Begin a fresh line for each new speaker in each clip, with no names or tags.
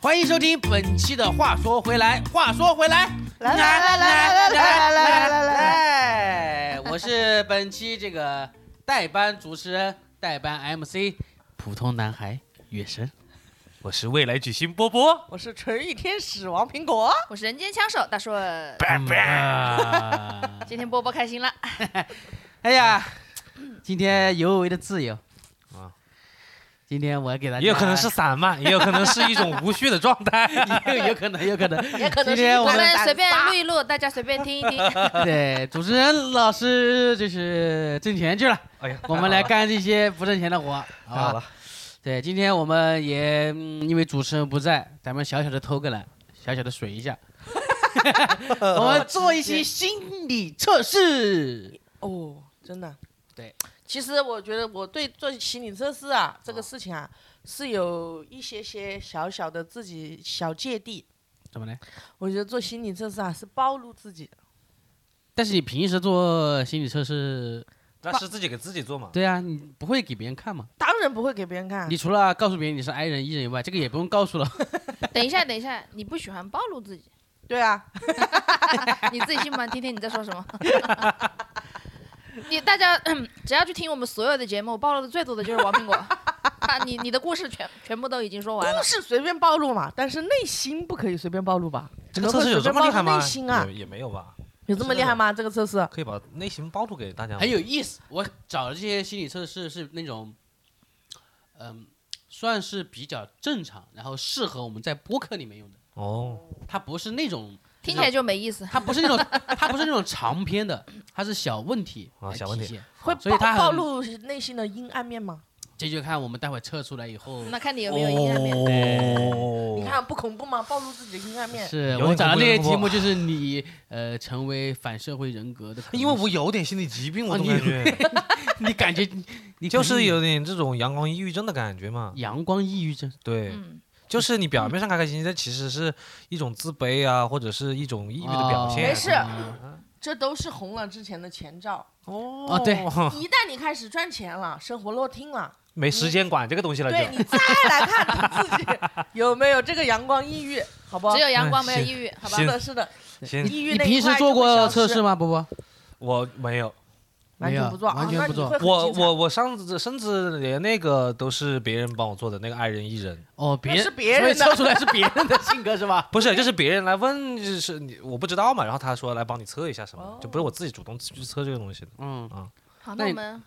欢迎收听本期的《话说回来》，话说回来，
来来来来来来来来
来，哎我是本期这个代班主持人、代班 MC 普通男孩月神。
我是未来巨星波波，
我是纯欲天使王苹果，
我是人间枪手 大顺。
啊
今天波波开心 了，
哎呀，今天尤为的自由
啊！
今天我给大家，
也有可能是散漫，也有可能是一种无序的状态。
有，有可能，有可能，
也可
能是今
能是
天
我
我们
们随便录一录，大家随便听一 听。
对，主持人老师就是挣钱去了，
哎呀，
我们来干这些不挣钱的活，好
太 好
吧？
了，
对，今天我们也、嗯因为主持人不在，咱们小小的偷个懒，小小的水一下， 我们做一期心理测试。
哦，真的，
对。
其实我觉得我对做心理测试啊这个事情
哦
啊，是有一些些小小的自己小芥蒂。
怎么呢？
我觉得做心理测试啊是暴露自己的，
但是你平时做心理测试，
那是自己给自己做嘛。
对啊，你不会给别人看吗？
当然不会给别人
啊
看
你。除了告诉别人你是 I 人、E 人以外，这个也不用告诉了。
等一下，等一下，你不喜欢暴露自己，
对啊，
你自己信吗？听听你在说什么。 你大家嗯只要去听我们所有的节目，暴露的最多的就是王苹果， 把你你的故事全全部都已经说完
都
了。
是随便暴露嘛，但是内心不可以随便暴露吧？
这个测试有这么厉害吗？
内心啊
也，也没有吧，
有这么厉害吗？这个测试
可以把内心暴露给大家吗。
很有意思。我找的这些心理测试是那种，嗯，算是比较正常，然后适合我们在播客里面用的。
哦，
它不是那种，
听起来就没意 思。
它不是那种，它不是那种长篇的，它是小问题
啊
来
小问
体
题
现
会
所以
暴
他很
暴露内心的阴暗面吗？
这就看我们待会测出来以后，
那看你有没有阴暗
哦
面。
你
哦，
看不恐怖吗？暴露自己的阴暗面。
是
有
我
点
找的
恐怖
这
有
些
点
题
恐
目
怖
就是你呃成为反社会人格的可能性，
因为我有点心理疾病，我
啊
总
你
感觉
你感觉你
就是有点这种阳光抑郁症的感觉嘛。
阳光抑郁症，
对，
嗯，
就是你表面上开开心心，但其实是一种自卑啊，或者是一种抑郁的表现。
没事
啊
这都是红了之前的前兆。
哦
啊对，
一旦你开始赚钱了，生活落听了，
没时间管这个东西了就
对。你再来看你自己有没有这个阳光抑郁，好不好
只？有阳光没有
哎
抑郁，好吧
行？
是的，是的，
行，
抑郁
你
那
平
一
时
块
做
就会消
过
失
测试吗？波波，
我没有，
完
没有
全不做，
完
啊
全不做
那你会
我
很精彩
我我上次甚至连那个都是别人帮我做的，那个爱人艺人
哦，别
那
人
是别
所以
人的
测出来是别人的性格是吧？
不是，就是别人来问，就是你我不知道嘛，然后他说来帮你测一下什么，就不是我自己主动去测这个东西的。
嗯，那
好，那我
你
们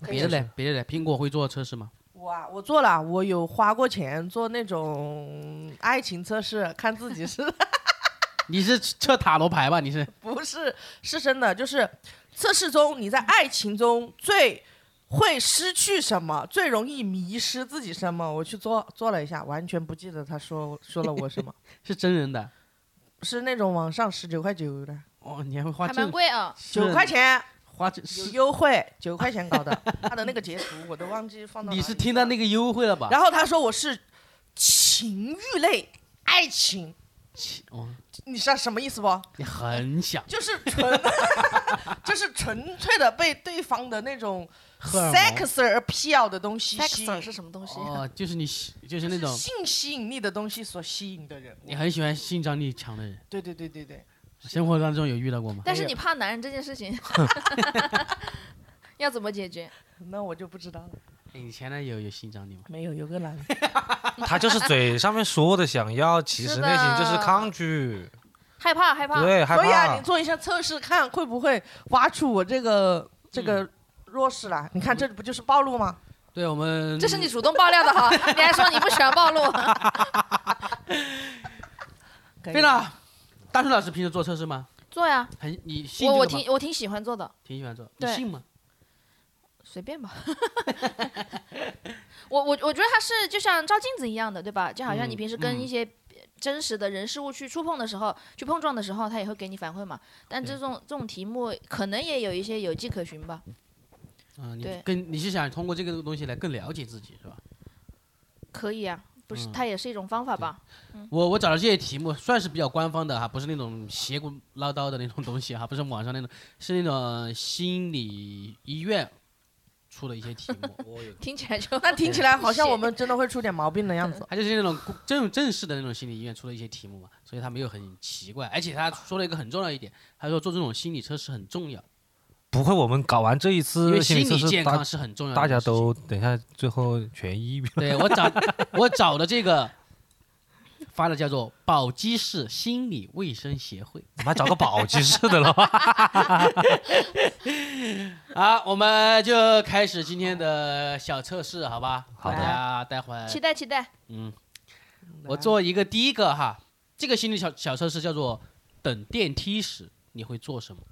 可以
别的嘞，别的嘞，苹果会做测试吗？
我啊，我做了，我有花过钱做那种爱情测试，看自己是
你是测塔罗牌吧？你是
不是是真的，就是测试中你在爱情中最会失去什么，最容易迷失自己什么。我去做做了一下，完全不记得他说说了我 什么，
是真人的
是那种网上十九块九的，
哦，你还会花
还蛮
这
贵哦。
九块，钱
花这
有
是
优惠，九块钱搞的，他的那个截图我都忘记放
嗯
到哪里
你
了。
是听到那个优惠了吧？
然后他说我是情欲类爱情，
哦，
你知道什么意思不？
你很想
就是纯， 就是纯粹的被对方的那种
荷尔蒙
sex appeal 的东西吸
Sex
引，
是什么东西？啊
哦，就是你 喜就是那种
性吸引力的东西所吸引的人。
你很喜欢性张力强的人，
对对对对对，
生活当中有遇到过吗？
但是你怕男人这件 事情，要怎么解决？
那我就不知道了。
哎你前男友有性张力吗？
没有，有个男的，哦
他就是嘴上面说的想要，其实
是的
内心就是抗拒，
害怕，害怕。
对，害
所以啊，
怕，
你。做一下测试，看会不会挖出我这个这
嗯
个弱势来。你看，这不就是暴露吗？
对我们
这是你主动爆料的 哈，你还说你不喜欢暴露，
可以
对了，大顺老师平时做测试吗？
做呀，
很你信这
我我
个吗
挺我挺喜欢做的，
挺喜欢做，你
对
信吗？
随便吧。 我我我觉得它是就像照镜子一样的，对吧？就好像你
嗯
平时跟
嗯
一些真实的人事物去触碰的时候，去碰撞的时候，它也会给你反馈嘛。但
对
这种这种题目可能也有一些有迹可循吧，
嗯，你
对
跟你是想通过这个东西来更了解自己是吧？
可以啊，不是
嗯
它也是一种方法吧？
我我找的这些题目算是比较官方的哈，不是那种邪骨唠 叨的那种东西哈，不是网上那种，是那种心理医院出的一些题目
我有
听起来就
那听起来好像我们真的会出点毛病的样子。
他就是那种公正正式的那种心理医院出的一些题目嘛，所以他没有很奇怪。而且他说了一个很重要一点，他说做这种心理测试很重要，
不会，我们搞完这一
因为心
次嗯心理测
理
试，
健康
大
是很重要的
大家
事情
都等一下最后全 医院。
对我找我找的这个发的叫做宝鸡市心理卫生协会
怎么还找个 保级似的了吗？
啊，我们就开始今天的小测试，好吧？
好的
大家待会儿
期待期待，
嗯，我做一个第一个哈，这个心理小小测试叫做等电梯时你会做什么？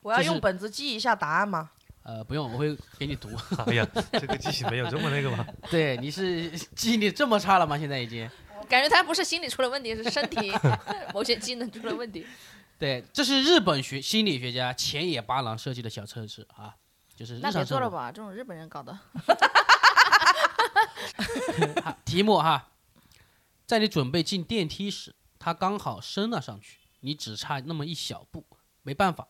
我要
就是
用本子记一下答案吗？
呃，不用，我会给你读。
哎呀，这个记性没有这么那个吗？
对，你是记忆力这么差了吗？现在已经？
感觉他不是心理出了问题，是身体 某些机能出了问题。
对，这是日本学心理学家前野八郎设计的小测试啊，就是日
那别
常
做
生
了
活。
吧，这种日本人搞的。
好啊题目哈，在你准备进电梯时，它刚好升了上去，你只差那么一小步，没办法，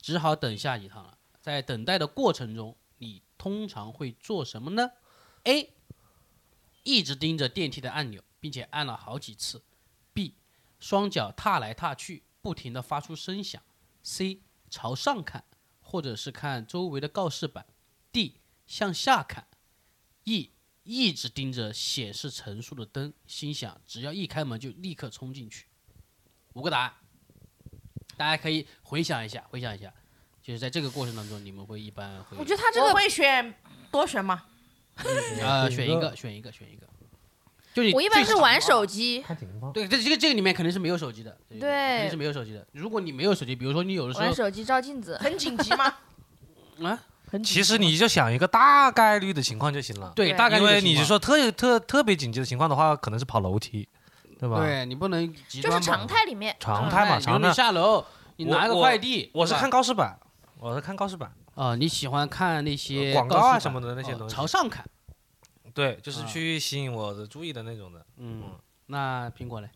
只好等下一趟了。在等待的过程中，你通常会做什么呢？A，一直盯着电梯的按钮，并且按了好几次。B，双脚踏来踏去，不停地发出声响。C，朝上看，或者是看周围的告示板。D，向下看。E，一直盯着显示层数的灯，心想只要一开门就立刻冲进去。五个答案，大家可以回想一下，回想一下，就是在这个过程当中，你们会一般会
我觉得他这
我
个，
会选多选吗？
呃选一个，选一个，选一个，就你
我一
最
般是
长
玩
的
手机，
看情况。
对，这这个这个里面肯定是没有手机的，这个
对
肯定是没有手机的。如果你没有手机，比如说你有的时
玩
候
手机照镜子。
很紧急吗？
啊，
很紧急
其
吗
实你就想一个大概率的情况就行了。
对，
对
大概
因
率的
为
情
你就
况
说特特特别紧急的情况的话，可能是跑楼梯，对吧？
对你不能极
就
端
是
嘛
常态里面，嗯哎
常态嘛，
比如
常
你
态。
下楼，你
我
拿个
我
快递，
我是
对吧
看告示板，我是看告示板，
啊，你喜欢看那些
广告啊
示
什
板
么的那些
哦
东西
朝上看，
对，就是
啊
去吸引我的注意的那种的。
嗯，那苹果嘞？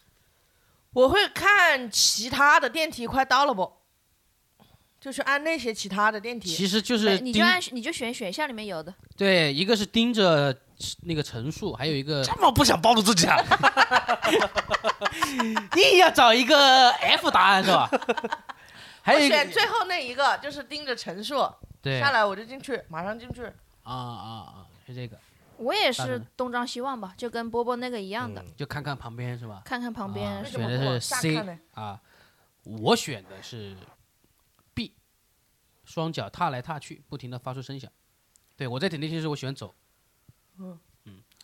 我会看其他的电梯快到了不，就去按那些其他的电梯。
其实就是
哎你就
盯
按你就选选项里面有的，
对，一个是盯着那个层数，还有一个
这么不想暴露自己啊？
硬要找一个 F 答案是吧？ 还
我
有一
选
个
最后那一个，就是盯着陈数
对
下
啊
来我就进去，马上进去。
啊啊，是这个，
我也
当
是
然
东张西望吧，就跟波波那个一样的，
嗯
就看看旁边是吧？
看看旁边
啊
为
是
什
选
么
的
不往
是
下
C
看呢？
啊，我选的是 B，双脚踏来踏去，不停的发出声响。对我在等电梯时，我喜欢走。
嗯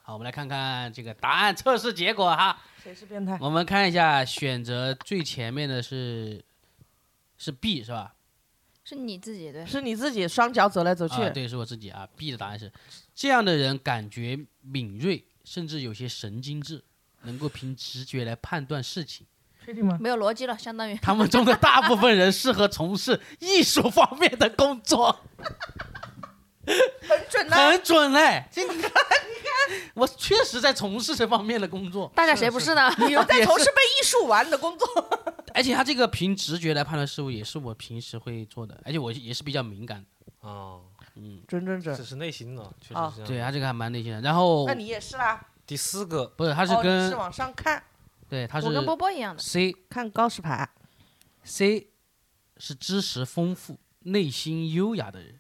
好，我们来看看这个答案测试结果哈。
谁是变态？
我们看一下，选择最前面的是是 B 是吧？
是你自己对，
是你自己双脚走来走去，
啊，对，是我自己啊。B 的答案是，这样的人感觉敏锐，甚至有些神经质，能够凭直觉来判断事情。
确定吗？
没有逻辑 了，相当于
他们中的大部分人适合从事艺术方面的工 作，
很准呐、
很准嘞。这你看，你看，我确实在从事这方面的工作，
大家谁不是呢？
你又在从事被艺术玩的 工作，
而且他这个凭直觉来判断事物，也是我平时会做的，而且我也是比较敏感的。
哦，
嗯，
准准
这。是内心的，确实
啊
是这样。
哦对他这个还蛮内心的。然后
那你也是啦，
第四个，
不是，他是
哦你
跟、
是往上看，
对他是
我跟波波一样的，
C
看告示牌。
C 是知识丰富、内心优雅的人。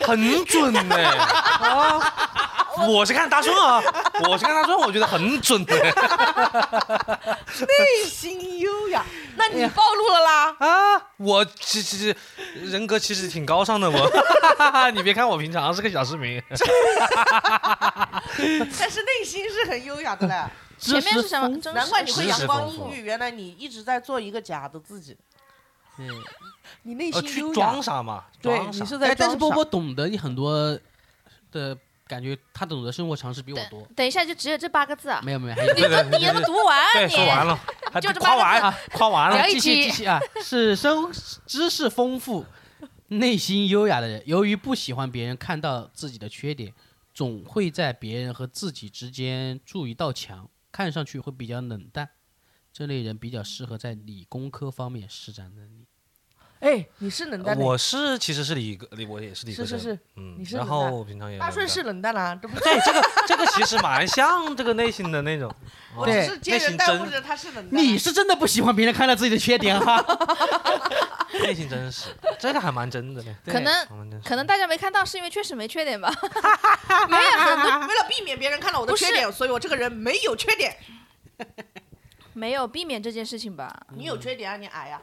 很准呢、
哦
啊，我是看大顺啊，我是看大顺，我觉得很准的、
内心优雅， 那你暴露了啦。
啊。我其实人格其实挺高尚的，我。 你别看我平常是个小市民，
但是内心是很优雅的嘞，
知
前面
识
是什么？真
难
实
怪你会
知识
阳光
丰富
抑郁，原来你一直在做一个假的自己，
对，
你内
呃，
心
去
优雅
装。傻嘛，
对，
装
你
傻。
是在
但哎但
装
是
傻。
波波懂得你很多的感觉，他懂得生活常识比我多。
等一下就只有这八个字啊，
没有没有， 还有
你都你都读完
对，
你，
说完了，还
就这
夸
八
个
完， 夸完了
聊，
啊
一
继续
集
继续啊，是生 知识丰富、内心优雅的人，由于不喜欢别人看到自己的缺点，总会在别人和自己之间筑一道墙，看上去会比较冷淡。这类人比较适合在理工科方面施展能力。
哎，你是冷淡的，
我是其实是理科，理我也是理科
是
生，
是是，
嗯
你，是
然
冷淡
后我平常也
大顺是冷淡啊，这不
对这个这个其实蛮像这个内心的那种，
我
对
只是接
内
人
心
待
真
物者，他是冷淡啊。
你是真的不喜欢别人看到自己的缺点哈、
内心真实，这个还蛮真的呢，
对
可能
还蛮真实。
可能大家没看到，是因为确实没缺点吧？
啊没有很多，为了避免别人看到我的
不是
缺点，所以我这个人没有缺点。
没有避免这件事情吧？
你有缺点啊，你 矮呀，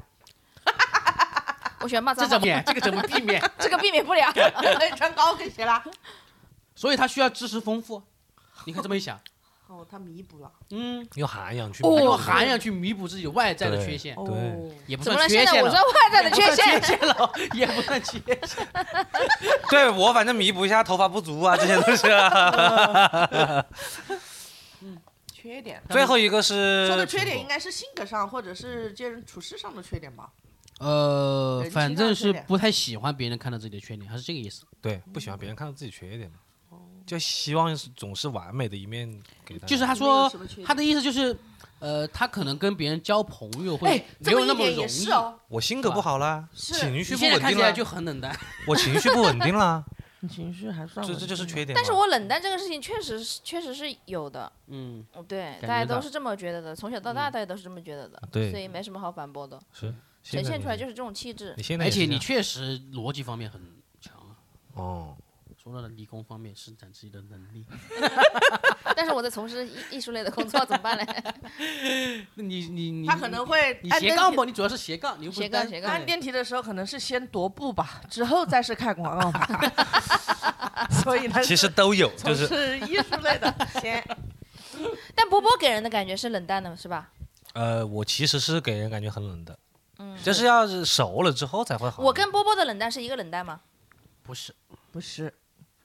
我喜欢骂
这怎
脏
么，
话
免？这个怎么避免？
这个避免不了。
哎穿高跟鞋啦。
所以他需要知识丰富。啊你看这么一想，
哦，他弥补了。
嗯，
用涵养去
他
弥
用
补
涵养去弥补自己外在的缺陷，
对
哦，
也不
怎
算
么了？
缺
现在
陷
我
了
说，外在
也
的缺
不算
陷
缺，陷了，也不算缺陷。
对我反正弥补一下头发不足啊，这些东西啊。
缺点。
最后一个是
说的缺点
苹
应
果
该是性格上或者是接人处事上的缺点吧？
呃
人，际
反
上
正
缺
是
点
不太喜欢别人看到自己的缺点，他是这个意思。
对不喜欢别人看到自己缺点嘛，就希望是总是完美的一面给大家。
就是他
没
说
有什么缺点
他的意思就是，呃，他可能跟别人交朋友
哎
会，没
这么
有
一
那么
点也
容易
是。哦。
我性格不好啦，
是
情绪
你
不
现在
稳
看
定
起来
啦，
就很冷淡，
我情绪不稳定啦，
你情绪还算
这这就是缺点嘛。
但是我冷淡这个事情确实是确实是有的，
嗯，
嗯对，
感
大家
觉到
都是这么觉得的，从小到大大家都是这么觉得的，
对
所以没什么好反驳的，
是
呈现出来就是是这种气 质
你。现在
而
也是这
且
样，
你确实啊逻辑方面很强啊。
哦，
说到了理工方面施展自己的能力，
但是我在从事艺艺术类的工作怎么办嘞？
那你你你
他可能哎会
你
按
斜
电
杠
梯
不？你主要是斜杠，你又不是
斜杠
单
斜杠
按电梯的时候，可能是先踱步吧，之后再是看广告吧。所以他
其实都有，
从
就是
事艺术类的，先
但波波给人的感觉是冷淡的，是吧？
呃，我其实是给人感觉很冷的，
嗯，
就是要是熟了之后才会好。
我跟波波的冷淡是一个冷淡吗？
不是，
不是，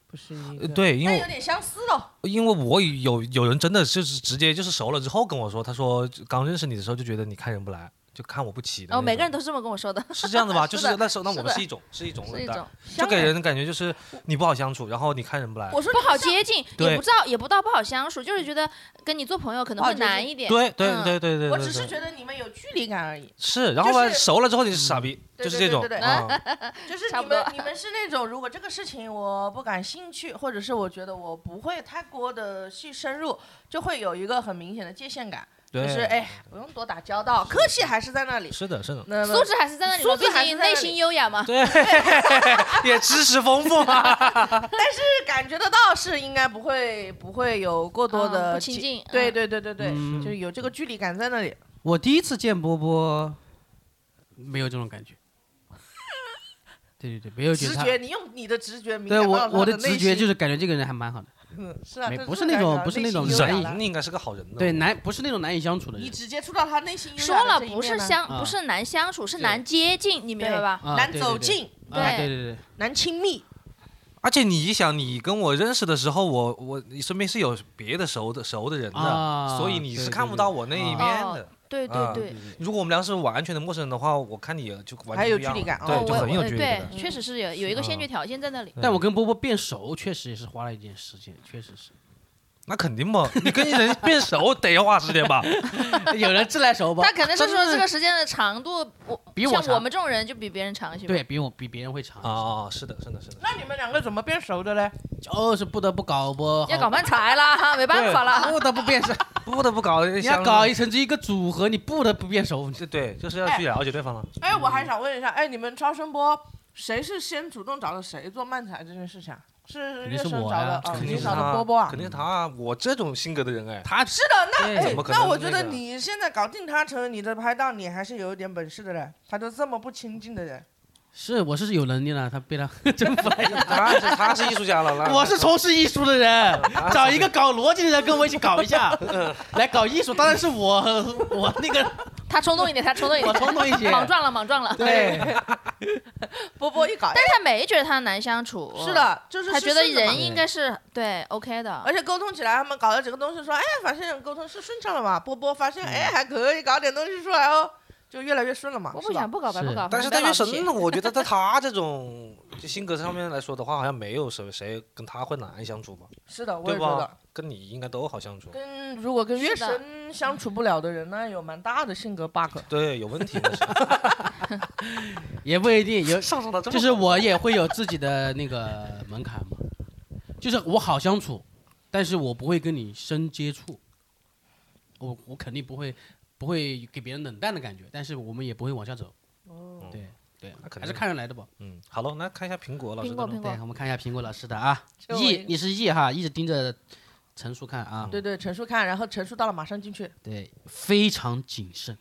不是一
呃
个，
对，因
但
为
有点相似喽。
因为我有有人真的就是直接就是熟了之后跟我说，他说刚认识你的时候就觉得你看人不来，就看我不起的那
哦，
种。
每个人都是这么跟我说的，
是这样的吧？就是
的
是那时候那
是
我们
的
是一种是一种
是
冷
一种
淡，就给
相
人的感觉就是你不好相处，然后你看人不来。
我说
不好接近，也
对
不知道也不到不好相处，就是觉得跟你做朋友可能
哦
会
就是
难一点。
对对
嗯
对对对，
我
对
只是
对
觉得你们有距离感而已，
是，然后吧
就是
熟了之后你是傻逼，
对
就是
对
这种
对对对
啊。
就是
差
你
不
们
多
你们是那种如果这个事情我不感兴趣，或者是我觉得我不会太过的去深入，就会有一个很明显的界限感，就
对，
是哎不用多打交道，客气还是在那里。
是的，是的，
那
素质还是 在那里吧，
素质
毕
还是
竟
在那
内
里
心优雅嘛。
对， 也知识丰富 嘛。
是感觉得到是应该不会不会有过多
嗯
的、
不亲近
对
嗯
对对对对，
嗯
就是有这个距离感在那里。
我第一次见波波，没有这种感觉。 对对对，没有觉
直
得他。
觉，你用你的直觉敏
对
感
我
到他
我
的，
的直觉就是是感觉这个人还蛮好的，
嗯是啊，
没
这
不
是
是那种
感觉
不是那种
内心
人
优
一
雅的
人应该是个好人的。
对难不是那种难以相处的
你
人
直接触到他内心优雅
说
的
了
这一
不是
面呢
相
啊
不是难相处，是难接近，你明白吧？
啊，
难
对
走，
对
近，
对啊
对
对对对，
难亲密，
而且你一想，你跟我认识的时候，我我你身边是有别的熟的熟的人的，
啊
所以你
对
是
对
看不到我那一
对
面
哦
的。
对对
啊
对，
如果我们俩是完全的陌生人的话，我看你就完全
还有
不一样
距离感
了
哦
对，就
我
很有
我
距离
对
感，。
确实是有有一个先决
嗯
条件在那里。
但我跟波波变熟，确实也是花了一点时间，确实是。
那肯定嘛，你跟人变熟得花时间吧？
有人自来熟吧
但？可能是
真
说这
的
个时间的长度，我
比我
像
长
我们这种人就比别人长一些。，
对比我比别人会长一些，
啊，是的，是的，是的。
那你们两个怎么变熟的嘞？
哦就是不得不搞不
要搞漫才啦，哈，没办法啦。
不得不变熟，
不得不搞，
你
你
要搞一成这一个组合，你不得不变熟。
对对，就是要去了解对方了。
哎，我还想问一下，哎，你们超声波谁是先主动找的谁做漫才这件事情啊？是
肯
月
定是
生
我
找的
呀，
啊
肯
肯
定
你
是
定是
找
他
的波波啊
肯？定是他啊。我这种性格的 人，哎，
他
是的，那
对
哎
怎么可能
那我觉得
那个
你现在搞定他成为你的拍档，你还是有一点本事的嘞。他都这么不亲近的人，
是我是有能力了，他被他 征服了。
他是他是艺术家了，那
我是从事艺术的 人，找一个搞逻辑的人跟我一起搞一下，来搞艺术，当然是我我那个
他冲动一点，他冲动一
我
点，
冲动一些。
莽撞了，莽撞了。
对，
波波一搞，哎
但是他没觉得他难相处，
是，的，就是
他
是
觉得
顺的嘛
人应该是对 OK 的。
而且沟通起来，他们搞
嗯
了几个东西，说，哎，发现沟通是顺畅了嘛？波波发现，哎，还可以搞点东西出来哦。就越来越顺了嘛，
我
是
不
吧
想不搞白不
是
搞，
但是
白
戴
老
月
子
神
写，
呢，我觉得在他这种就性格上面来说的话，好像没有谁谁跟他会难相处吧，
是的，我也
对
觉得
吧。？跟你应该都好相处。
跟如果跟月
是的
神相处不了的人呢，有蛮大的性格 bug。
对，有问题的是。
也不一定有，
上升到这么
就是我也会有自己的那个门槛嘛，就是我好相处，但是我不会跟你深接触，我我肯定不会不会给别人冷淡的感觉，但是我们也不会往下走，
哦
对对
那，肯定
还是看人来的吧。
嗯，好了，那看一下苹果老师
苹果
的
苹
对，
果，
我们看一下苹果老师的啊
这我
，E
也
你是 E 哈，一直盯着陈述看啊，
对对，陈述看，然后陈述到了马上进去。
对，非常谨慎，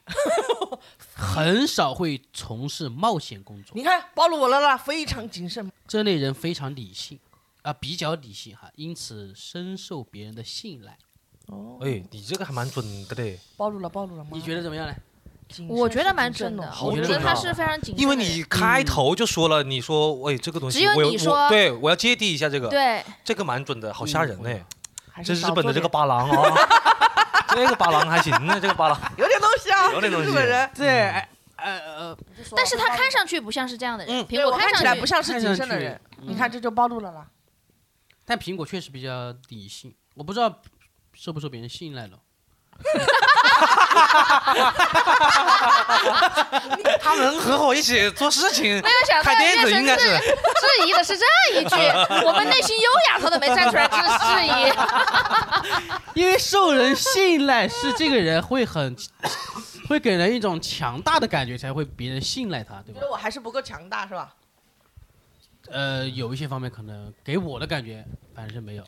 很少会从事冒险工作。
你看，暴露我了啦，非常谨慎。
这类人非常理性啊，比较理性哈，因此深受别人的信赖。
哦，
哎，你这个还蛮准的嘞，
暴露了，暴露了。
你觉得怎么样呢？
得
我觉得蛮准的，
好
我觉
准
得他
啊
是非常谨慎的人，
因为你开头就说了，你说，喂，这个东西
只有
我有
你
我
说
对，我要芥蒂一下这个，
对
这个蛮准的，好吓人嘞，哎
还
这
是
日
少
本的
做
这个
点
八郎啊， 这个八郎还行呢，这个八郎，
有点东西啊，
有点
这
东
个日
西
本人
对，呃呃，
你就说
但是他
暴露
看上去不像是这样的人，
嗯
对
苹果
我看
上
起
去
来不像是
看
谨
上
慎的
去嗯
人，你看这就暴露了啦。
但苹果确实比较理性，我不知道受不受别人信赖了。
他能和我一起做事情
没，有想到
开
变
店
成
子应该是，
质疑的是这一句，我们内心优雅，他都没站出来质质疑。
因为受人信赖是这个人会很， 会给人一种强大的感觉，才会别人信赖他，对吧
觉得？我还是不够强大是吧？
呃，有一些方面可能给我的感觉，反正没有。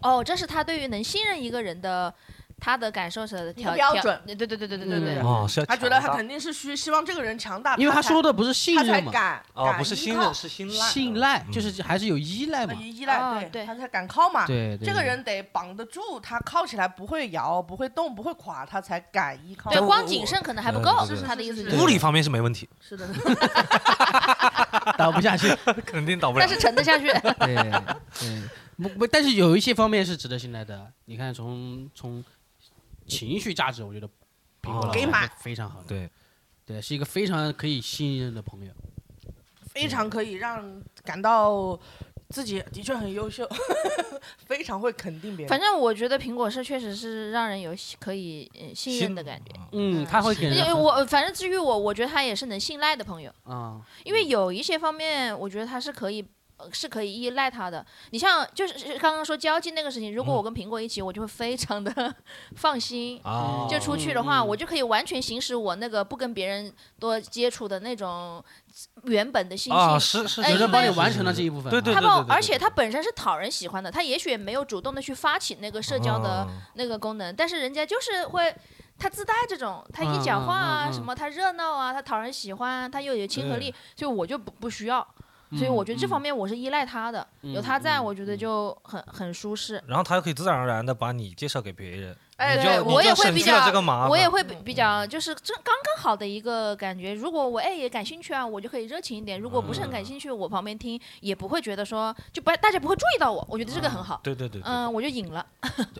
哦，这是他对于能信任一个人的他的感受是条
标
条
准
对对对对对对
嗯
对对。
哦，是要
他觉得他
强大
肯定是需希望这个人强 大，
因为
他
他
才
说的不是信
他才
任嘛，
敢
哦，
敢
不是信
依靠
任，是信赖，
信赖
嗯
就是还是有依赖嘛
呃。依
哦
赖，
对
他才敢靠嘛。
对，对
这个
对
人得绑得住，他靠起来不会摇，不会动，不会垮，他才敢依靠。
对，
我
光谨慎可能还不够
嗯对对，对
他的意思
对
物
是，
理方面是没问题，
是的，
倒不下去。
肯定倒不了
但是，沉得下去。
对对，不不，但是有一些方面是值得信赖的。你看从，从情绪价值，我觉得苹果老
哦
师
给
还
满
是非常好的。
对，
对，是一个非常可以信任的朋友。
非常可以让感到自己的确很优秀， 非常会肯定别人。
反正我觉得苹果是确实是让人有可以呃信任的感觉。
嗯，他会给
因
人
为
很
我呃反正至于我，我觉得他也是能信赖的朋友。
啊，
因
嗯
为有一些方面，我觉得他是可以。呃是可以依赖他的。你像就是是刚刚说交际那个事情，
嗯
如果我跟苹果一起，我就会非常的 放心。
啊，
就出去的话，
嗯嗯
我就可以完全行使我那个不跟别人多接触的那种原本的信
啊，
息。
是是，
哎
有
因
人帮你
为
完成了这一部分啊。
对对
他把我
对对，对
而且他本身是讨人喜欢的，他也许也没有主动的去发起那个社交的
嗯
那个功能，但是人家就是会。他自带这种，他一讲话
嗯
啊，
嗯嗯
什么他热闹啊，他讨人喜欢，他又有亲和力，所以我就不不需要，
嗯
所以我觉得这方面我是依赖他的，
嗯
有他在，
嗯
我觉得就很很舒适。
然后他又可以自然而然的把你介绍给别人，
哎，
你
对
就
对
你
我
就
也会
省
比
去了
较
这个麻烦。
我也会
嗯
比比较，就是这刚刚好的一个感觉。如果我哎也感兴趣啊，我就可以热情一点；如果不是很
嗯
感兴趣，我旁边听也不会觉得说就不大家不会注意到我，我觉得这个很好。
对对对，对
嗯，我就赢了。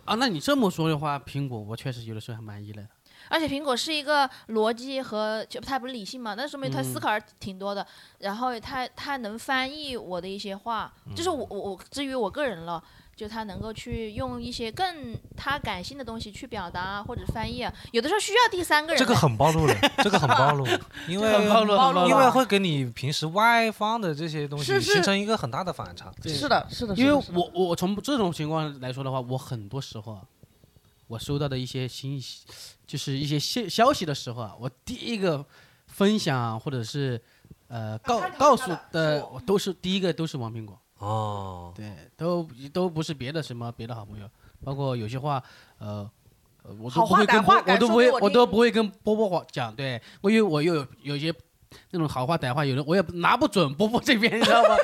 啊，那你这么说的话，苹果我确实有的时候还蛮依赖的。
而且苹果是一个逻辑和就它不是理性嘛，那说明它
嗯
思考还挺多的。然后它它能翻译我的一些话，就是我
嗯
我我至于我个人了，就它能够去用一些更他感性的东西去表达或者翻译啊，有的时候需要第三个人
这个
来
很暴露了，这个很暴露，因为
很暴露
暴露了
因为会给你平时外放的这些东西
是是
形成一个很大的反差。
对
是的，是的，
因为
是的
我我从这种情况来说的话，我很多时候啊，我收到的一些信息，就是一些消消息的时候啊，我第一个分享啊或者是呃告
啊看到
告
他
诉
的是
的
我，
我都是第一个都是王苹果，
哦，
对，都都不是别的什么别的好朋友，包括有些话呃。呃我都
好
不
话
会
歹
跟
话
波，
敢
我都
说
不会，
给我
我都
听
不会跟波波话讲。对，我因为我又有有些那种好话歹话，有的我也不拿不准波波这边，你知道吧？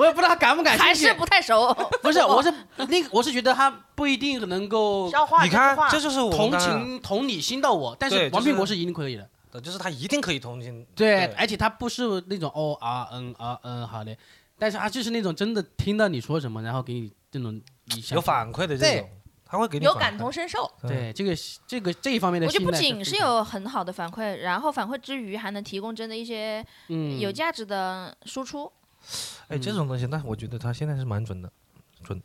我也不知道他感不感兴趣。
还是不太 熟。
不是，我是那个，我是觉得他不一定能 够
消化
你
这句
看
话，
这就是我
同
刚刚
情同理心到我，但是
对就
王
是
苹果是一定可以的。
的，就是他一定可以同情。
对，哎而且他不是那种哦啊嗯啊嗯好嘞，但是他就是那种真的听到你说什么，然后给你这种你想
有反馈的这
对
种，他会给你
有
反
感
馈
同身受，
对
对
这个这个这一方面的
我觉
信
得
赖，
不仅是，有很好的反馈，然后反馈之余还能提供真的一些
嗯，
有价值的输 出。
哎，这种东西，那我觉得他现在是蛮准的，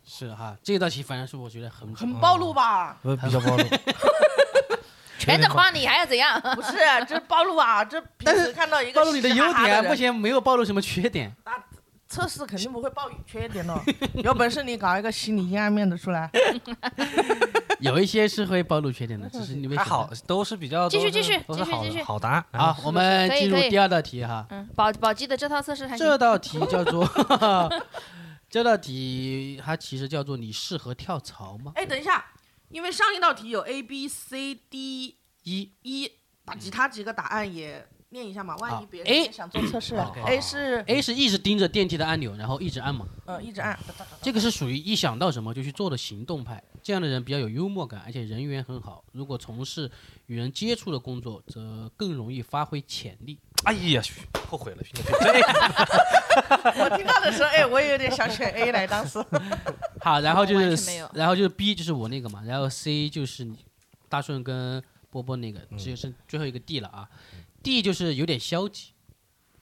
是哈，这道题反正是我觉得很
很
准，
暴露吧？
不是比较暴 露。
全得夸哎你还要怎样？
不是，这暴露 啊，这平
但
时
是
看到一个
暴露你的
嘻嘻
优
哈哈
点，啊
人
目前没有暴露什么缺点。
测试肯定不会暴雨缺点 的，有本事你搞一个心理阴暗面的出来。
有一些是会暴露缺点的，只是你们
还好，都是比较
继续
都
继
是
续
都是
继续
好的
继续
好答案。
啊。我们
可以
进入
可以
第二道题哈，
嗯，宝宝记的这套测试还
这
行。
道题叫做 这道题它其实叫做你适合跳槽吗？
哎，等一下，因为上一道题有 A B C D
一
一，把其他几个答案也念一下嘛，万
好
一别
A
人也想做测试啊。
OK
A 是
A 是一直盯着电梯的按钮，然后一直按嘛。
嗯一直按，
这个是属于一想到什么就去做的行动派，这样的人比较有幽默感，而且人缘很好。如果从事与人接触的工作，则更容易发挥潜力。
哎呀，后悔了，徐宁这样
我听到的时候，哎，我也有点想选 A 来，当时。
好，然
哦
后就
完
是
全没有，
然后就是 B 就是我那个嘛，然后 C 就是你大顺跟波波那个，只有剩最后一个 D 了啊。D 就是有点消极，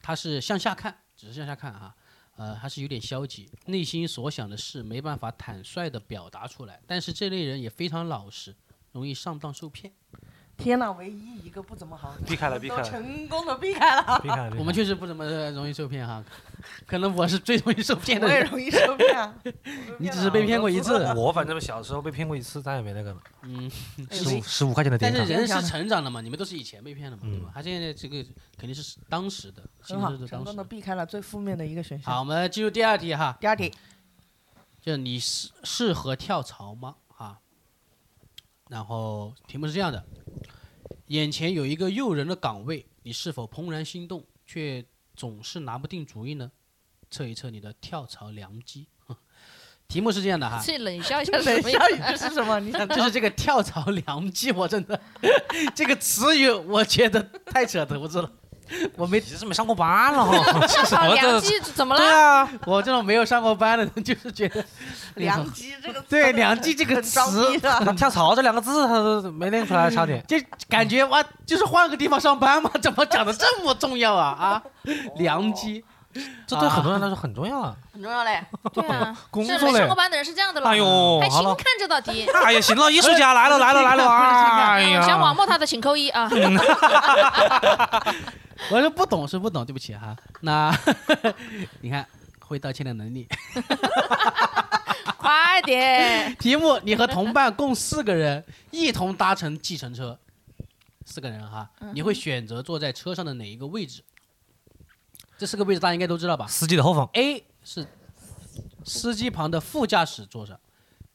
他是向下看，只是向下看啊，呃，他是有点消极，内心所想的事没办法坦率的表达出来，但是这类人也非常老实，容易上当受骗。
天哪，唯一一个不怎么好的，
避开了避开了
都成功的避开了。
避开了
我们确实不怎么容易受骗哈，可能我是最容易受骗
我
的
也
人。
容易受骗啊，
哎你只是被骗过一次，
啊我反正小时候被骗过一次，再也没那个了。
嗯，
十五十五块钱的
但
点
是
卡，
人是成长的嘛，你们都是以前被骗的嘛，对吧？他现在这个肯定是当时的，
很
形
好
式，的
成
当时
功
的。
的避开了最负面的一个选项。
好，我们进入第二题哈，
第二 题，
就是你适适合跳槽吗？哈，然后题目是这样的：眼前有一个诱人的岗位，你是否怦然心动，却总是拿不定主意呢？测一测你的跳槽良机。 题目是这样的哈，
自己冷笑一下
这
什
冷
么
笑
意
语这是什么？ 你想
就是这个跳槽良机， 我真的这个词语，我觉得太扯犊子了。我没，
你是没上过班了 哈？
思？
什么
良
这
机怎么
对
了？
啊，我这种没有上过班的人，就是觉得
良机这个词
对“良机”这个
很装
词
逼， 的，
跳槽这两个字他都没练出来，差点。
就感觉哇，就是换个地方上班嘛， 怎么讲的这么重要啊啊？良机，嗯
这对很多人来说很重要啊。
很重要嘞。
对啊，
工
这
作
没上
嘞
过。班的人是这样的了。
哎呦
还，
好
请
了，
看这道题。
哎呀，行了，艺术家来了来 了来了，哎呀，
想网络他的请扣一 啊。
我说不懂是不懂，对不起哈、那 你看会道歉的能力。
快点！
题目：你和同伴共四个人一同搭乘计程车，四个人哈，你会选择坐在车上的哪一个位置？这四个位置大家应该都知道吧
司机的后方，
？A 是司机旁的副驾驶座上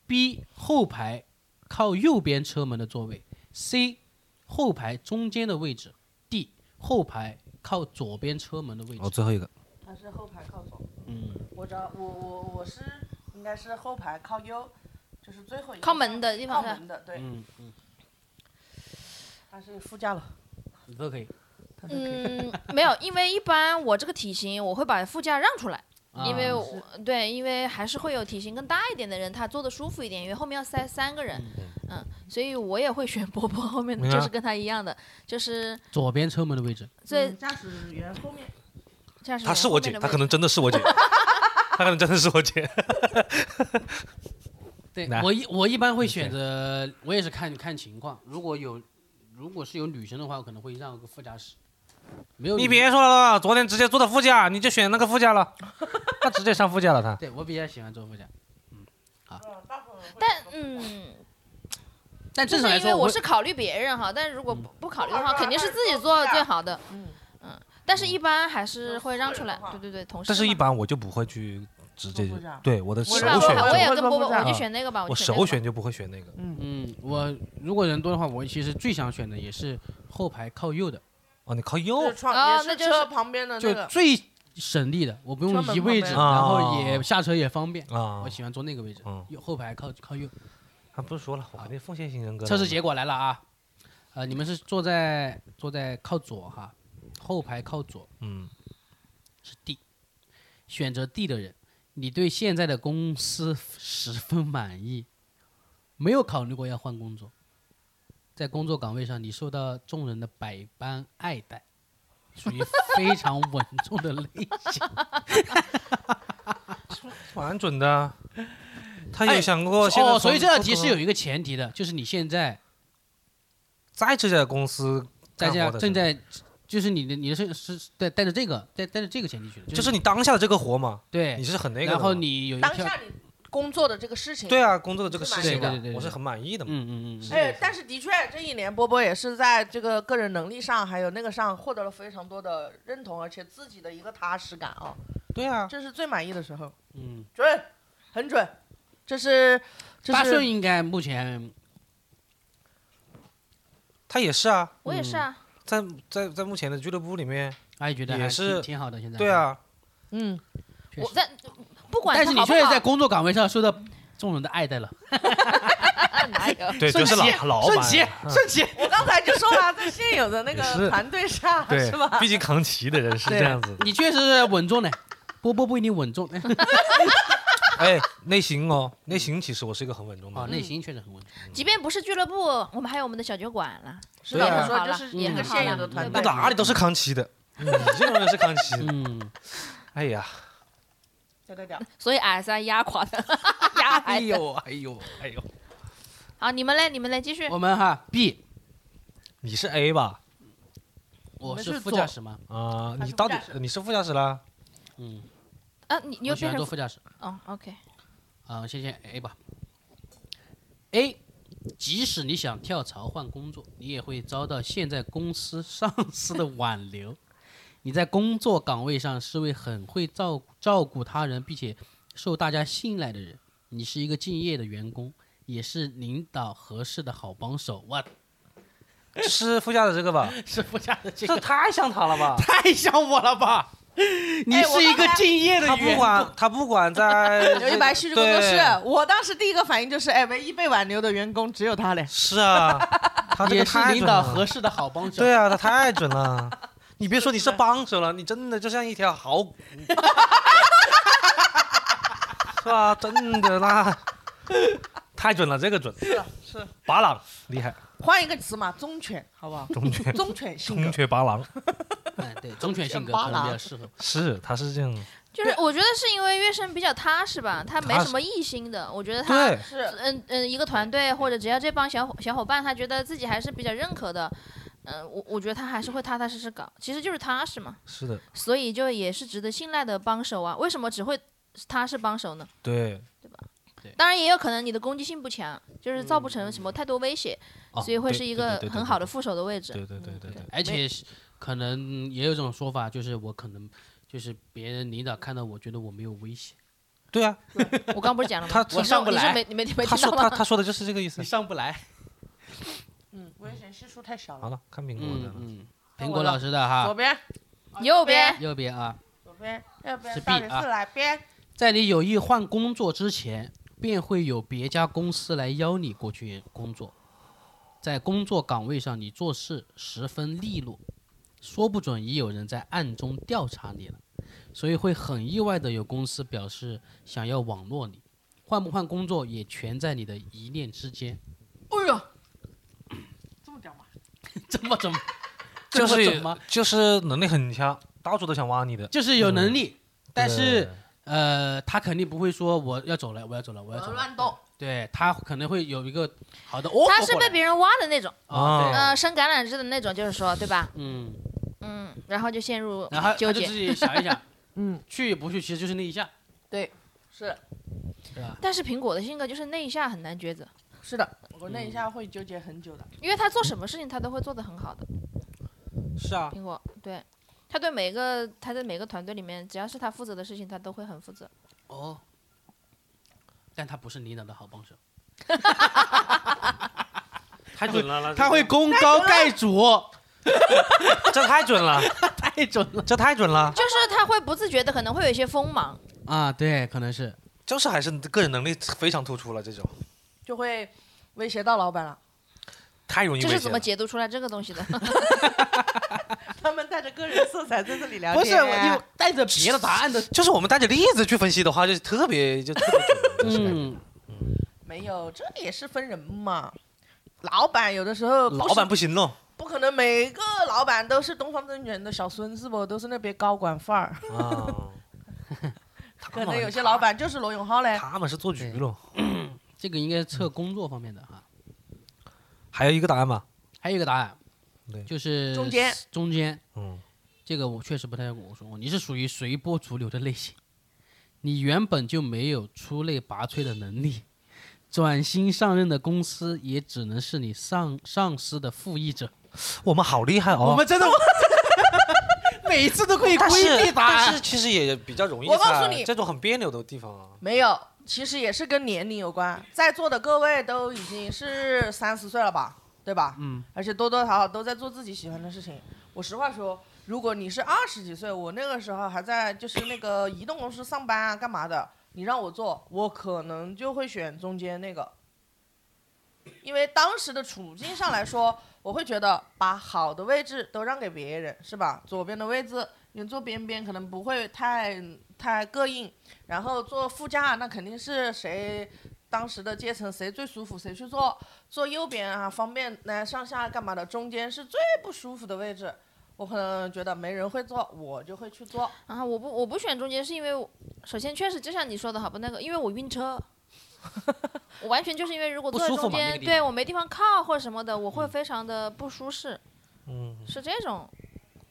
，B 后排靠右边车门的座位，C 后排中间的位置，D 后排靠左边车门的位置
哦，。最后一个，
他是后排靠左，
嗯，
我找我我我是应该是后排靠右，就是最后一个
靠门的地方
靠
是吧
门的，对，
嗯嗯，
他是副驾了，
你都可以。
他是可以
嗯，没有，因为一般我这个体型，我会把副驾让出来，
啊
因为我对，因为还是会有体型更大一点的人，他坐的舒服一点，因为后面要塞三个人，嗯，所以我也会选波波，后面
明白
就是跟他一样的，就是
左边车门的位置，
最
嗯驾驶员后面，
驾驶员
她是我姐，
后面的
她
位
可能真的是我 姐，她可能真的是我姐。
对
来
我一我一般会选择，我也是看看情况。如果有，如果是有女生的话，我可能会让个副驾驶。没有
你
女
别说了，昨天直接坐的副驾，你就选那个副驾了，她直接上副驾了，她。
对我比较喜欢坐副驾，
但嗯，
但
就
正常
是
来
因为
说，
我是考虑别人哈，但是如果
嗯
不不考虑的话，肯定是自己做最好的，
嗯，
嗯，但是一般还是会让出来
有四个
对对
人的话，
对，同事
但
嘛。
是一般我就不会去直接
坐副驾，
对我的手
是
我
吧？
让
选
我
还
我
择，
也
我
跟
会
波
不
波，
会
我就
啊
选那个吧，
我
选那
首
个
选就不会选那个。
嗯，我如果人多的话，我其实最想选的也是后排靠右的，
哦，你靠
就
右
是，窗
啊
也
那
是
就是
车旁边啊的那
就
个，
最省力的，我不用
车门
移位置，
旁
边
然后
哦
也下车也方便。
啊
我，喜欢坐那个位置
嗯，
右后排靠靠右。
他不是说了，我肯定奉献型人格的。
测试结果来了啊，呃，你们是坐在坐在靠左哈，后排靠左。
嗯，
是 D。选择 D 的人，你对现在的公司十分满意，没有考虑过要换工作，在工作岗位上你受到众人的百般爱戴，属于非常稳重的类型。
蛮准 的啊。他有
哎
想过现在
哦，所以这道题是
有
有一个前提的，就是你现在
在这家公司
在
干
家
活的时候
正在，就是你的你的是是带带着这个带带着这个前提去的，
就是你当下的这个活嘛，你
对，
是很那个的嘛。
然后你有一
当
票，
下你工作的这个事情，
对啊，工作的这个事
对
情
对
嘛
对对，对
我是很满意的嘛。
嗯嗯嗯，
哎，但是的确，这一年波波也是在这个个人能力上，还有那个上获得了非常多的认同，而且自己的一个踏实感啊、
对啊，
这是最满意的时候，
嗯，
准，很准，这是这
大顺
是
应该目前
他也是啊，
我也是啊，
在在在目前的俱乐部里面，
阿姨觉得
也
还
是
挺挺好的，现在
对。啊，
嗯，
确
我
实
在不管
但是
他
你
好不
确实
好
在工作岗位上受到众人的爱戴了。
哪有？
对，就是老老板
顺
啊，
其，顺其，
我 刚才就说了，在现有的那
也是
个团队上，
对
是吧，
毕？竟扛旗的人是
对
这样子的。
你确实是稳重的，波波不一定稳重。
哎，内心哦，内心其实我是一个很稳重的
哦，
人，
内心确实很稳重。
即便不是俱乐部，我们还有我们的小酒馆了，
是吧？
对啊
我说就是
嗯
一个现有的团
那
队，
哪里都是扛旗的，嗯你这种人是扛旗 的。
嗯，
哎呀，
对对 对，
所以 S I 压垮的， 压来的。
呦，哎呦，哎呦，
好，你们来，你们来继续。
我们哈 B，
你是 A 吧？
我
们
是
是
副
左
驾驶吗？
啊，
他
你
是
到
副
底
驾驶
你是副驾驶啦？
嗯，
啊，你你
我
又
喜
变
欢
成
做副驾驶。
哦，OK，
啊，先先 A 吧。A，即使你想跳槽换工作，你也会遭到现在公司上司的挽留。你在工作岗位上是位很会照照顾他人，并且受大家信赖的人。你是一个敬业的员工，也是领导合适的好帮手。哇，
是副驾驶这个吧？
是副驾的这
这
个
太像他了吧？
太像我了吧？你
哎我
是一个
刚才
敬业的
他不
员
管他不管 在
留一白戏剧工作室，我当时第一个反应就是，哎，唯一被挽留的员工只有他嘞。
是啊，他这
也
个
是
太
领
准
导
了。
合适的好帮手。
对啊，他太准了。你别说你是帮手了，你真的就像一条好骨，是吧？真的那太准了，这个准。
是是，
拔朗厉害，
换一个词嘛，忠犬，好 不好？
中 缺
忠犬性格
中。缺拔朗
嗯，对，忠犬性格
巴
可能比
郎
较适合。
是他是这样的，
就是我觉得是因为月升比较踏实吧，他没
踏
什么异心的。我觉得他，
对
是
嗯嗯，一个团队或者只要这帮小伙小伙伴，他觉得自己还是比较认可的。嗯，我我觉得他还是会踏踏实实搞，其实就是踏实嘛，
是的，
所以就也是值得信赖的帮手啊。为什么只会他是帮手呢？
对
当然也有可能你的攻击性不强，就是造不成什么太多威胁，
哦
所以会
对
是一
对
个
对对对
很好的副手的位置。
对对对对对，
而且是可能也有一种说法，就是我可能就是别人领导看到我觉得我没有威胁，
对啊，
我刚不是讲了吗？
他
你说
上不
你
来
说没你没你没
他
听
说
到
他
吗？
他说的就是这个意思
你。上不来。
嗯，危险系数太小
好
了。
了，看苹果的
嗯
了，
嗯，
那
苹
我
果
了
老师的
左
哈，
边，
右边
右边啊，
左边，右
是 B
边，到底
啊
是哪边？
在你有意换工作之前，便会有别家公司来邀你过去工作。在工作岗位上，你做事十分利落，说不准已有人在暗中调查你了，所以会很意外的有公司表示想要网络你。换不换工作也全在你的一念之间。
哎呦，这么屌吗？
这么怎么？
就
这么
是
怎么？
就是能力很强，到处都想挖你的，
就是有能力，但是
对
呃，他肯定不会说我要走了，我要走了，我要走了。
乱动。
对他可能会有一个好的 offer 哦过来。
他是被别人挖的那种，
啊，对
啊
呃，生橄榄枝的那种，就是说，对吧？
嗯，
嗯，然后就陷入
然后他
纠
他就
结
自。己想一想，
嗯，
去与不去其实就是那一下，
对，是
对吧？
但是苹果的性格就是内向，很难抉择，
是的，我那一下会纠结很久的。
因为他做什么事情他都会做得很好的。
是啊，
苹果对，他对每个他在每个团队里面，只要是他负责的事情，他都会很负责。
哦，但他不是领导的好帮手，
太准了了，
他会功高盖主，哦
这太准了，
太准了
这太准了，
就是他会不自觉的可能会有一些锋芒，
啊！对，可能是
就是还是个人能力非常突出了，这种
就会威胁到老板了。
太容易
这
威
是
胁
怎
了
么。解读出来这个东西的？
他们带着个人色彩在这里聊
不是
天，
我就带着别 的答案的，
就是我们带着例子去分析的话，就是特别就特别准，就是感觉
嗯，
没有，这也是分人嘛。老板有的时候
老板
不
不行喽，
是不可能每个老板都是东方甄选的小孙子不，都是那边高管 范儿。
啊，
可能有些老板就是罗永浩嘞。
他们是做局喽。
这个应该是测工作方面的哈。
还有一个答案吧，
还有一个答案
对，
就是
中间
中间
嗯，
这个我确实不太我说过，你是属于随波逐流的类型，你原本就没有出类拔萃的能力，转型上任的公司也只能是你上上司的附议者。
我们好厉害哦。
我们真的 每次都可以
但是
规避答
但
案
是，其实也比较容易。
我告诉你
这种很别扭的地方啊，
没有，其实也是跟年龄有关。在座的各位都已经是三十岁了吧，对吧？
嗯。
而且多多少少都在做自己喜欢的事情。我实话说，如果你是二十几岁，我那个时候还在就是那个移动公司上班啊，干嘛的？你让我做，我可能就会选中间那个，因为当时的处境上来说，我会觉得把好的位置都让给别人，是吧？左边的位置你坐边边可能不会太太膈应，然后坐副驾那肯定是谁当时的阶层谁最舒服谁去坐，坐右边啊方便来上下干嘛的，中间是最不舒服的位置。我可能觉得没人会坐，我就会去坐。
啊，我不我不选中间是因为我，首先确实就像你说的好不那个，因为我 晕车，我完全就是因为如果
不
坐在
舒服
中
嘛那个
间，
地
对
方嗯
我没地方靠或者什么的，我会非常的不舒适，
嗯，
是这种。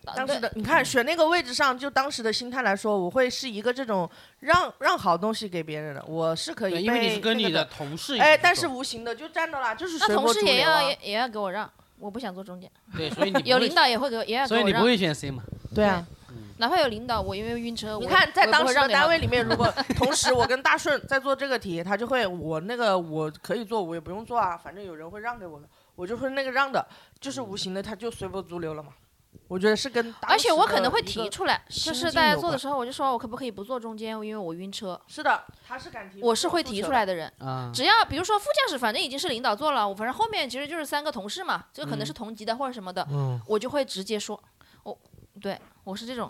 啊
当
对
时的你看选那个位置上，就当时的心态来说，我会是一个这种让让好东西给别人的，我是可以
对，
被
因为你是跟
那个
你的同事一起
哎，
做
但是无形的就占到了，就是
那
随
同
波
事
逐
也
流
要
啊
也也要给我让，我不想坐中间。
对，所以你不
有
会
领，导也会给我，也要给
所以
我
你不
让，
会选 C 嘛？
对啊，
哪怕有领导，我因为晕车，
你
我
看，
也
在
我也不
当
会
时
让
的
给他
单位里面，如果同时我跟大顺在做这个题，他就会我那个我可以做，我也不用做啊，反正有人会让给我的，我就会那个让的，就是无形的他就随波逐流了嘛。我觉得是跟当
而且
时
我
的
可能会
一
提
个
出来，
心
就是
境
大家
有
做的
关
时候，我就说我可不可以不坐中间，因为我晕车。
是的，他是敢提，
我是会提出来的
嗯
人，
啊，
只要比如说副驾驶，反正已经是领导坐了，我反正后面其实就是三个同事嘛，就可
嗯
能是同级的或者什么的，
嗯
我就会直接说，我对我是这种，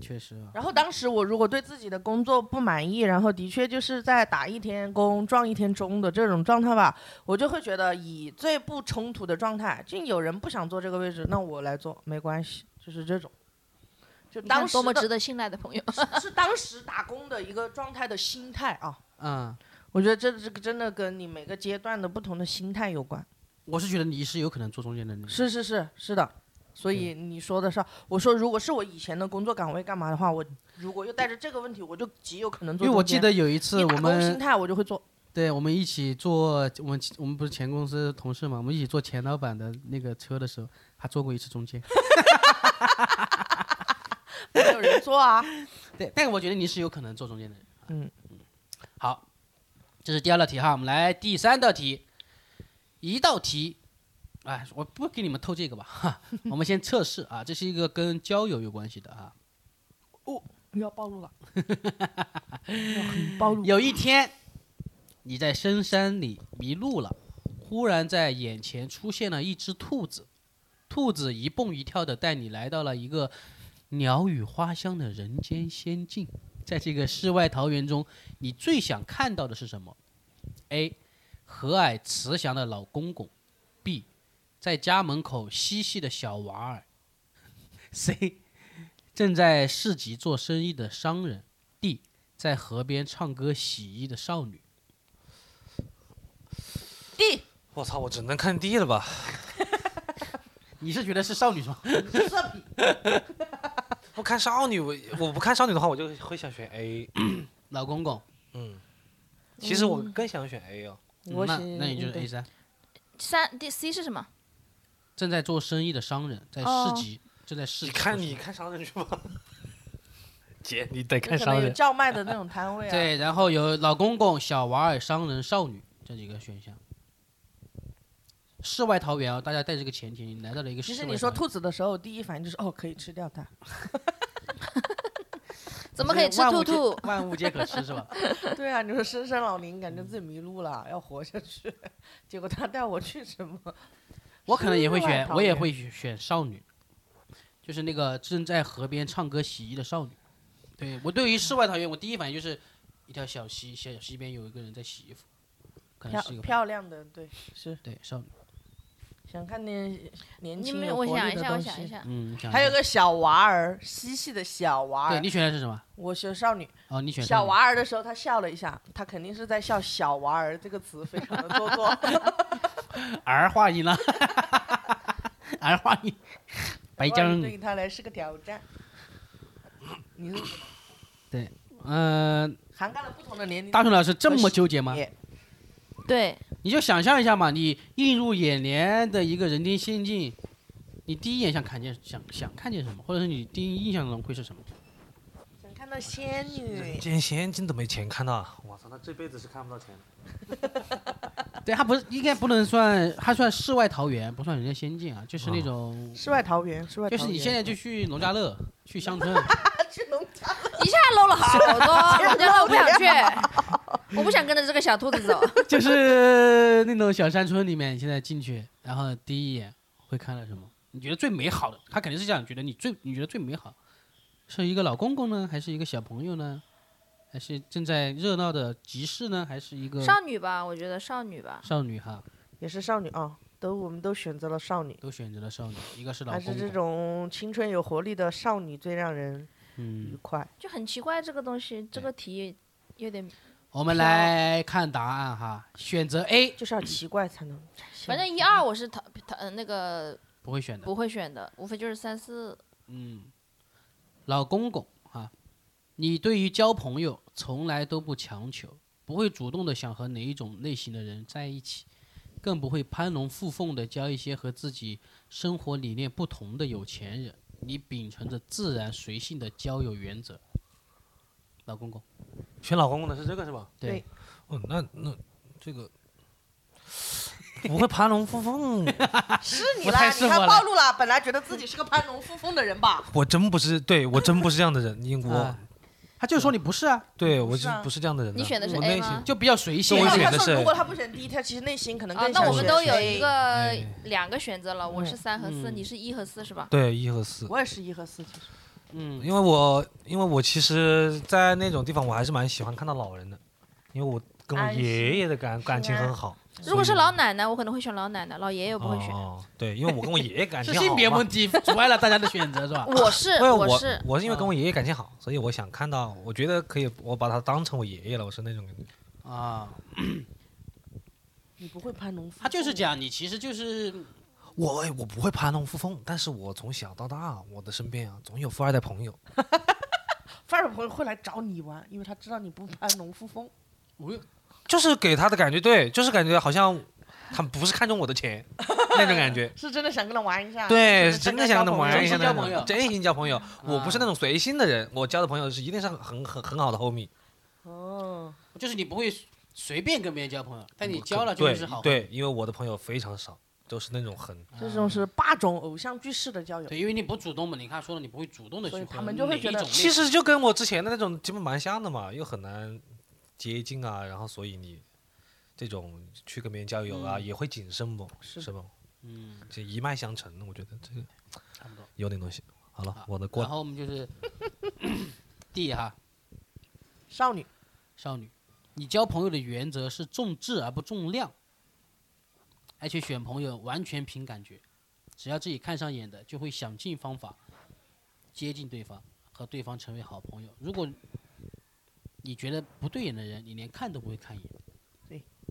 确实啊，
然后当时我如果对自己的工作不满意，然后的确就是在打一天工撞一天钟的这种状态吧，我就会觉得以最不冲突的状态，就有人不想坐这个位置，那我来坐没关系，就是这种。就
你
当
看
时
多么
的
值得信赖的朋友。
是是当时打工的一个状态的心态啊。
嗯，
我觉得这这个真的跟你每个阶段的不同的心态有关。
我是觉得你是有可能做中间的那个，
是是是是的，所以你说的是，我说如果是我以前的工作岗位干嘛的话，我如果又带着这个问题，我就极有可能
因
做中间。
为我记得有一次
以
我
打工
们
心态，我就会做。
对，我们一起坐，我们我们不是前公司同事嘛，我们一起坐前老板的那个车的时候，还坐过一次中间。
没有人做啊，
对，但我觉得你是有可能坐中间的人。啊
嗯
好，这是第二道题哈，我们来第三道题，一道题，哎，我不给你们透这个吧，哈，我们先测试啊，这是一个跟交友有关系的啊。
要暴露了，要很暴露。
有一天，你在深山里迷路了，忽然在眼前出现了一只兔子，兔子一蹦一跳的带你来到了一个鸟语花香的人间仙境。在这个世外桃源中，你最想看到的是什么？A. 和蔼慈祥的老公公；B. 在家门口嬉戏的小娃儿；C. 正在市集做生意的商人；D. 在河边唱歌洗衣的少女。
D
我操，我只能看 D 了吧？
你是觉得是少女是吗？
啊
嗯
我看少女，我我不看少女的话，我就会想选 A。
老公公，
嗯，其实我更想选 A 哦。
嗯
我
那
写
那你就是
对
A 三，
三 D C 是什么？
正在做生意的商人，在
哦
市集，正在市
你
集做
看
生意。
你看商人去吧， 姐，你得
就
看
可
商
能有
人。
叫卖的那种摊位啊。，
对，然后有老公公、小娃儿、商人、少女这几个选项。世外桃源啊，大家带这个前提，你来到了一个世外
其实
桃源。
你说兔子的时候，第一反应就是哦，可以吃掉 它。
怎么可以吃
万
兔
物皆
兔？
万物皆可吃是吧？
对啊，你说深山老林，
嗯
感觉自己迷路了，要活下去， 结果他带我去什么？
我可能也会
世外
选，
桃
我也
源
会选选少女，就是那个正在河边唱歌洗衣的少女。对我对于世外桃源，我第一反应就是一条小溪，小溪边有一个人在洗衣服，可能
漂
嗯是一个
漂亮的，对，是
对少女，
想 看点年
你
轻
们
有
我
啊活
想
力
一
的
下，我
东
想一
西。
下，
嗯，想
还有
一下
个小娃儿，嬉戏的小娃
对
儿
你，选的是什么？
我选少女。
哦，你选
小
少女
娃儿的时候，他笑了一下，他肯定是在笑“小娃儿”这个词，非常的 做作。
儿化音了， 儿化音，白
万
江
一。对于他来是个挑战。 你是
嗯、
涵盖了不同的年龄。
大雄老师这么纠结吗？
也
对，
你就想象一下嘛，你映入眼帘的一个人间仙境，你第一眼想看见想想看见什么，或者是你第一印象中会是什么？
想看到仙
嗯
女，
今天真的没钱看到，我操，他这辈子是看不到钱的。
对，它不是应该不能算，它算世外桃源，不算人间仙境啊，就是那种，
世外桃源，世外桃
就
源。
是你现在就去农家乐，去乡村，
他去农家，
一下 low 了好多， 人家 low 不想去，我不想跟着这个小兔子走。
就是那种小山村里面，你现在进去，然后第一眼会看到什么？你觉得最美好的，他肯定是这样觉得你最，你觉得最美好，是一个老公公呢，还是一个小朋友呢，还是正在热闹的集市呢，还是一个
少女吧，我觉得少女吧，
少女哈？
也是少女啊，都我们都选择了少女，
都选择了少女，一个是老
还
公
是
公，
这种青春有活力的少女最让人愉
嗯，
快。
就很奇怪这个东西，这个题有点，
我们来看答案哈，选择 A
就是要奇怪才能展现。
反正一二我是淘淘呃那个
不会选的，
不会选的，无非就是三四。
嗯，老公公啊，你对于交朋友从来都不强求，不会主动的想和哪一种类型的人在一起，更不会攀龙附凤的交一些和自己生活理念不同的有钱人。你秉承着自然随性的交友原则。老公公，
选老公公的是这个是吧？
对，
对
哦，那那这个不会攀龙附凤，
是你
不
啦，
太
你
适
看
合
暴
了
露了，本来觉得自己是个攀龙附凤的人吧？
我真不是，对我真不是这样的人，你我
啊他就说你不是啊，
对
不
我
是
就
啊
不是这样的人的。
你选的是
我
A
内
吗
心
就比较随性啊
我
他
选
他
的
说
是
如果他不选第一，他其实内心可能
啊
更，想
那我们
选
都有
谁
一个
哎
两个选择了，我是
嗯
三和四，
嗯
你是一和四是吧？
对一和四，
我也是一和四，其实
嗯，
因为我因为我其实，在那种地方我还是蛮喜欢看到老人的，因为我跟我
安心
爷爷的感感情很好。
如果是老奶奶，我可能会选老奶奶，老爷爷我不会选。
哦，对，因为我跟我爷爷 感
是
情好
性别
嘛
问题阻碍了大家的选择是吧？
我是
哎
因为
我
我
是
我是因为跟我爷爷感情好，所以我想看到，我觉得可以，我把他当成我爷爷了，我是那种感觉。
啊，
你不会攀龙附凤，
他就是讲你其实就是
我哎我不会攀龙附凤，但是我从小到大，我的身边啊总有富二代朋友。
范儿朋友会来找你玩，因为他知道你不攀龙附凤。
就是给他的感觉，对，就是感觉好像他不是看中我的钱那种感觉。
是真的想跟他玩一下，
对，
是
是真的想跟他玩一下
真心交
那
朋友
种，真心交朋友。 我不是那种随心的人，我交的朋友是一定是很很很好的 homie。
哦，
就是你不会随便跟别人交朋友，但你交了就是好。
嗯对，对，因为我的朋友非常少，都是那种很
啊，
这种是霸总偶像剧式的交友，
对，因为你不主动嘛，你看说了，你不会主动的去
所以
和
他们就会
哪一
觉得
种类
其实就跟我之前的那种基本蛮像的嘛，又很难接近啊，然后所以你这种去跟别人交友啊，
嗯
也会谨慎不？
是
是吧？
嗯，
这一脉相承，我觉得这个
差不多。
有点东西。好了
好，
我的过
然
了。
后我们就是 D 哈，
少女
少女，你交朋友的原则是重质而不重量，而且选朋友完全凭感觉，只要自己看上眼的，就会想尽方法接近对方，和对方成为好朋友。如果你觉得不对眼的人，你连看都不会看一眼。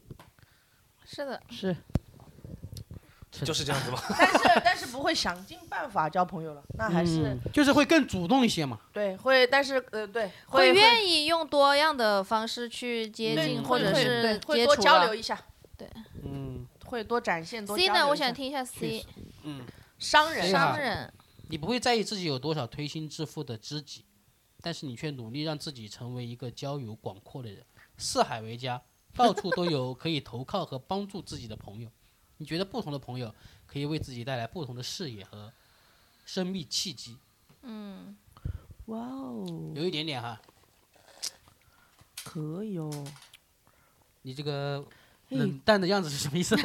是的，
是，
就是这样子吧，
但是但是不会想尽办法交朋友了，那还是
嗯就是会更主动一些嘛。
对会，但是呃对
会
会
愿意用多样的方式去接
对
近
会
或者
会
是
对会
接
多
触
交
了
流一下，
嗯
会多展现多
C
交流
呢，
一
我
下
想听一下 C
嗯，
商人
对啊
商人，
你不会在意自己有多少推心置腹的知己，但是你却努力让自己成为一个交友广阔的人，四海为家，到处都有可以投靠和帮助自己的朋友。你觉得不同的朋友可以为自己带来不同的视野和生命契机，
嗯，
哇哦，
有一点点哈，
可以哦，
你这个
哎
冷淡的样子是什么意思？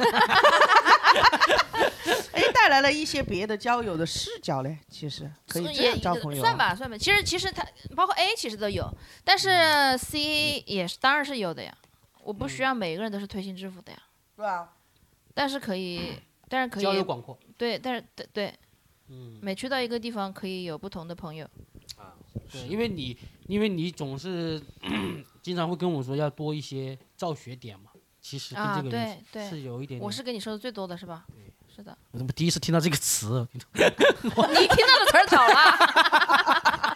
哎，带来了一些别的交友的视角嘞，其实可以
所
这样交
也呃
朋友，啊
算，吧算吧。
嗯
其实其实他包括 A 其实都有，但是 C 也是当然是有的呀。我不需要每个人都是推心置腹的呀，
对吧？
但是可
嗯
以，但是可
交友
以，
广阔，
对，但是对对，
嗯，
每去到一个地方可以有不同的朋友，
对，因为你因为你总是 经常会跟我说要多一些造血点嘛，其实跟
啊
这个人
对对
是有一点点，
我是跟你说的最多的是吧？
嗯
是的，
我怎么第一次听到这个词，啊
你听到的词儿早了，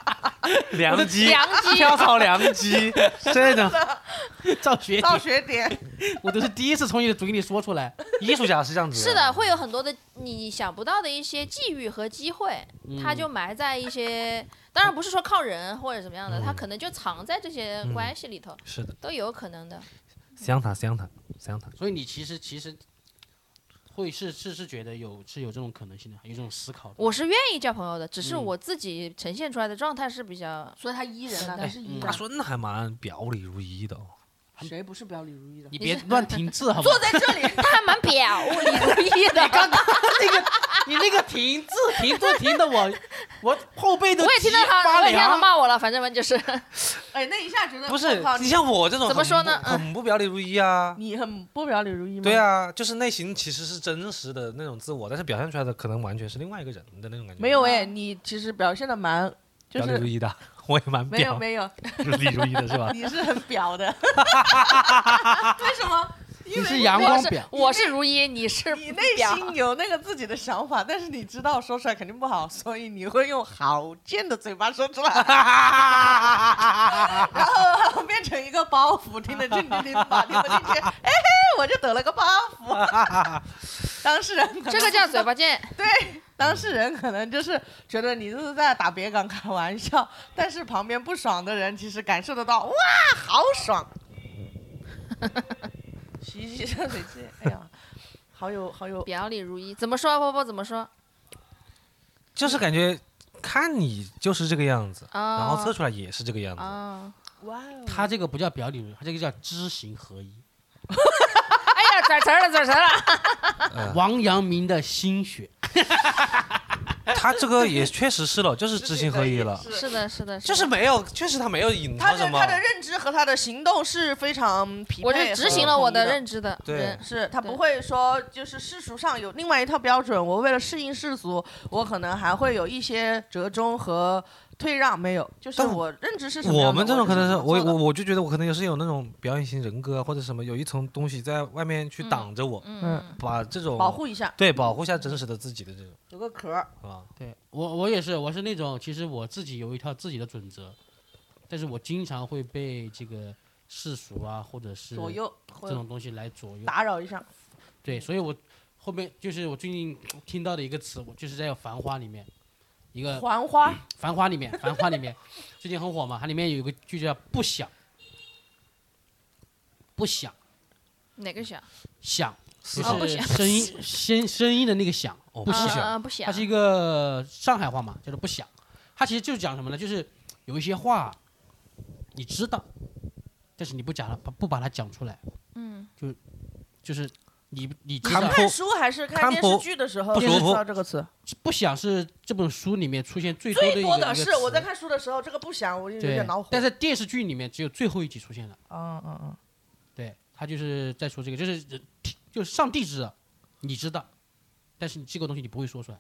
良机，
良机。
跳槽良机，
真的造血
造
点，
学点，
我都是第一次从你的嘴里说出 来，
艺术家是这样子。
是的，，会有很多的你想不到的一些际遇和机会，
嗯
嗯
它就埋在一些，当然不是说靠人或者怎么样的，
嗯
它可能就藏在这些关系里头，
是的，
都有可能的。
想他，想他，想他。
所以你其实其实会是是是觉得有是有这种可能性的，有这种思考的。
我是愿意交朋友的，只是我自己呈现出来的状态是比较，
所以他依人
是的
哎
啊，他是依
嗯
人
大，孙还蛮表里如一的哦，
谁不是表里如一 的？
你
你
别
是
乱停滞， 好吧？
坐在这里，
他还蛮表 里如一的。
你那个停滞停顿停的我，我后背都
我也听到
发
他，我也听到他
凉。
骂我了，反正就是
哎，那一下觉得
不是
我靠
你
你
像我这种
怎么
很
说
不
呢嗯
很不表里如一啊。
你很不表里如一吗？
对，啊，就是内心其实是真实的那种自我，但是表现出来的可能完全是另外一个人的那种感觉。
没
啊
有哎，你其实表现的蛮，就
表里如
是
一的， 我也蛮
没有
表啊
没有，
里如一的是吧？
你是很表的，为什么？
你
因
是
为
阳
我
光
是
表，
我是如一，你是
你内
表。
心有那个自己的想法，但是你知道说出来肯定不好，所以你会用好贱的嘴巴说 出来，然后变成一个包袱，听得进去听吧，听不进去，哎嘿，我就得了个包袱。 当事人可能
这个叫嘴巴贱，
当事人可能就是觉得你这是在打别港开玩笑，但是旁边不爽的人其实感受得到，哇，好 爽！洗一洗热水器，哎呀，好有好有
表里如一，怎么说？啊波波怎么说？
就是感觉看你就是这个样子，
啊，
然后测出来也是这个样子。
啊！
哇哦！
他这个不叫表里如一，他这个叫知行合一。
哎呀，转词儿了，转词儿了。
嗯
王阳明的心血，
他这个也确实是了，就是知行合一了，
是的，是的，
就是没有，确实他没有隐
他
藏
的
什么
他。的认知和他的行动是非常匹配，
我就执行了我的，认知的
对
人。
是他
对
不会说就是世俗上有另外一套标准，我为了适应世俗，我可能还会有一些折中和退让，没有，就是
但是
我认知是什么样的。
我们这种可能是
我
我
就怎么做
我
的
我就觉得我可能也是有那种表演型人格啊或者什么，有一层东西在外面去挡着我，
嗯，
把这种
保护一下，
对保护一下真实的自己的这种
有个壳儿。
啊，
对我我也是，我是那种其实我自己有一套自己的准则，但是我经常会被这个世俗啊或者是
左
这
右或者
种东西来左右。
打扰一下。
对，所以我后面就是我最近听到的一个词，我就是在《繁花》里面，一
呃
个《
还
嗯
花，
繁花》里面，《繁花》里面最近很火嘛，它里面有一个句叫“不想”，不想
哪个想？
想
思
哦
就
啊不
考
是
想
声音声声音的那个响，
哦
不
啊
想
啊啊不想
它是一个上海话嘛，叫做不想。它其实就是讲什么呢？就是有一些话你知道，但是你不讲了，不不把它讲出来，
嗯，
就是你你知
看
道
破
看书还是看
看
电
谱
视剧的时候
不
就
舒
知
服
道这个词。
不想是这本书里面出现最多的
最
一
多
个
的
一个
是我
词
在看书的时候，这个不响，我就有
对
点恼火，。
但是电视剧里面只有最后一集出现了。
嗯嗯嗯，
对他就是在说这个，就是人就是上帝知道，你知道，但是你这个东西你不会说出来，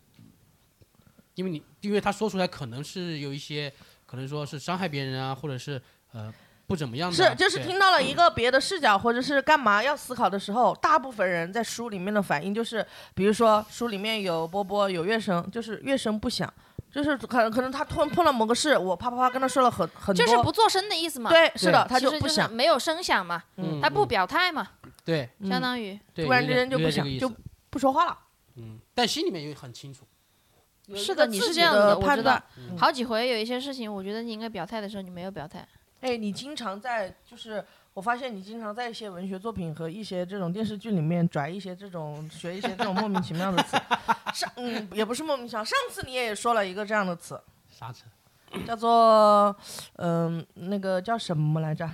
因为你因为他说出来可能是有一些可能说是伤害别人啊，或者是呃不怎么样的啊，
是就是
对
听到了一个别的视角，或者是干嘛要思考的时候，大部分人在书里面的反应就是，比如说书里面有波波有乐声，就是乐声不响，就是可能可能他突然碰到某个事，我啪啪啪跟他说了很很
就
多，
是不做声的意思嘛。，
对，是的，他
就
就是不想，
没有声响嘛，
嗯
他不
嗯
表态嘛，
对
嗯
相当于
对，
突然
有
之
点
间就
有
不
点这个
想
意
就
思
不说话了。
嗯，但心里面又很清楚，
是
的，
的，你
自
是
己
这样子
的，
我
判
知
断
道。。好几回有一些事情，我觉得你应该表态的时候，你没有表态。
哎，你经常在就是。我发现你经常在一些文学作品和一些这种电视剧里面拽一些这种学一些这种莫名其妙的词，上嗯也不是莫名其妙，上次你也说了一个这样的词，
啥词？
叫做嗯、那个叫什么来着？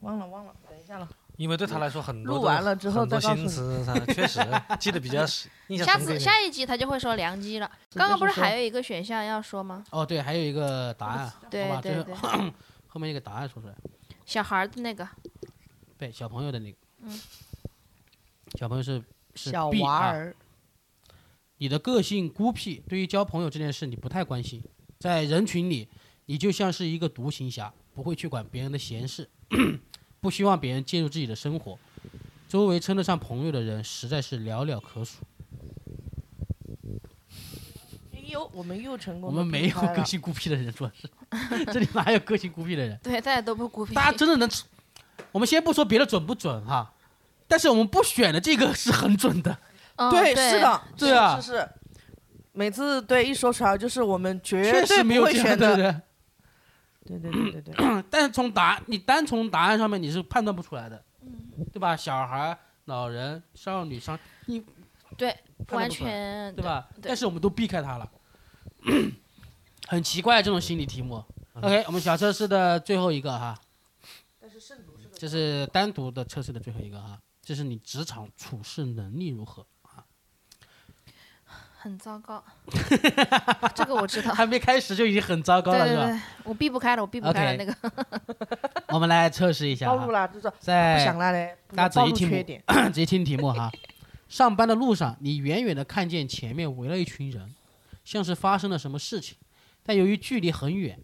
忘了忘了，等一下了。
因为对他来说很多
录
都
完了之后
很多
再告诉
新
你
词，他确 实记得比较深印象
下
深刻一
次
点。
下一集他就会说良机了。刚刚不是还有一个选项要说吗？
哦，对，还有一个答案，好
对
吧，就
对
是
对，
后面一个答案说出来。
小孩儿的那个
对，小朋友的那个，
嗯
小朋友是是
小
B
娃
啊
儿，
你的个性孤僻，对于交朋友这件事你不太关心，在人群里，你就像是一个独行侠，不会去管别人的闲事， 不希望别人介入自己的生活。周围称得上朋友的人实在是寥寥可数。
哎呦，我们又成
我
功地
们没有
避开了
个性孤僻的人，主要是 这里哪有个性孤僻的人？
对，大家都不孤僻。
大家真的能吃，我们先不说别的准不准哈，但是我们不选的这个是很准的。
嗯
哦对，
对
是，的，
对
是
啊
是是。每次对一说出来，就是我们绝
确
对
实没
不
有
会
这
选
样
的
的，人，
对对对对对，
但是从答你单从答案上面你是判断不出来的，
嗯
对吧？小孩儿、老人、少女、伤，你
对
判断不
完
出来
全
对？吧？
对
但是我们都避开它了， 很奇怪这种心理题目。OK，我们小测试的最后一个哈，这是单独的测试的最后一个哈，这是你职场处事能力如 何？
很糟糕，这个我知道。
还没开始就已经很糟糕
对
了，
对
是吧？
对，我避不开了，我避不开
OK
了那个。
我们来测试一下
暴露
哈，
了，就是不想
在
了嘞，不
大家
想暴
仔细
露
听
缺
我
点，
直接听题目哈。上班的路上，你远远的看见前面围了一群人，像是发生了什么事情，但由于距离很远，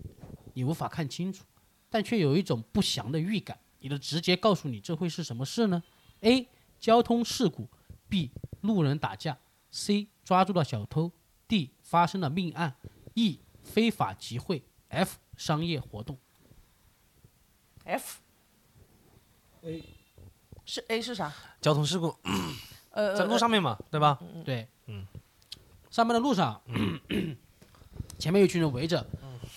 你无法看清楚，但却有一种不祥的预感。你的直觉告诉你这会是什么事呢？A. 交通事故，B. 路人打架，C. 抓住了小偷，D. 发生了命案，E. 非法集会，F. 商业活动。
F
A
是 A 是啥？
交通事故
呃，
在路上面嘛，对吧？
对，
嗯，
上班的路上， 前面有一群人围着，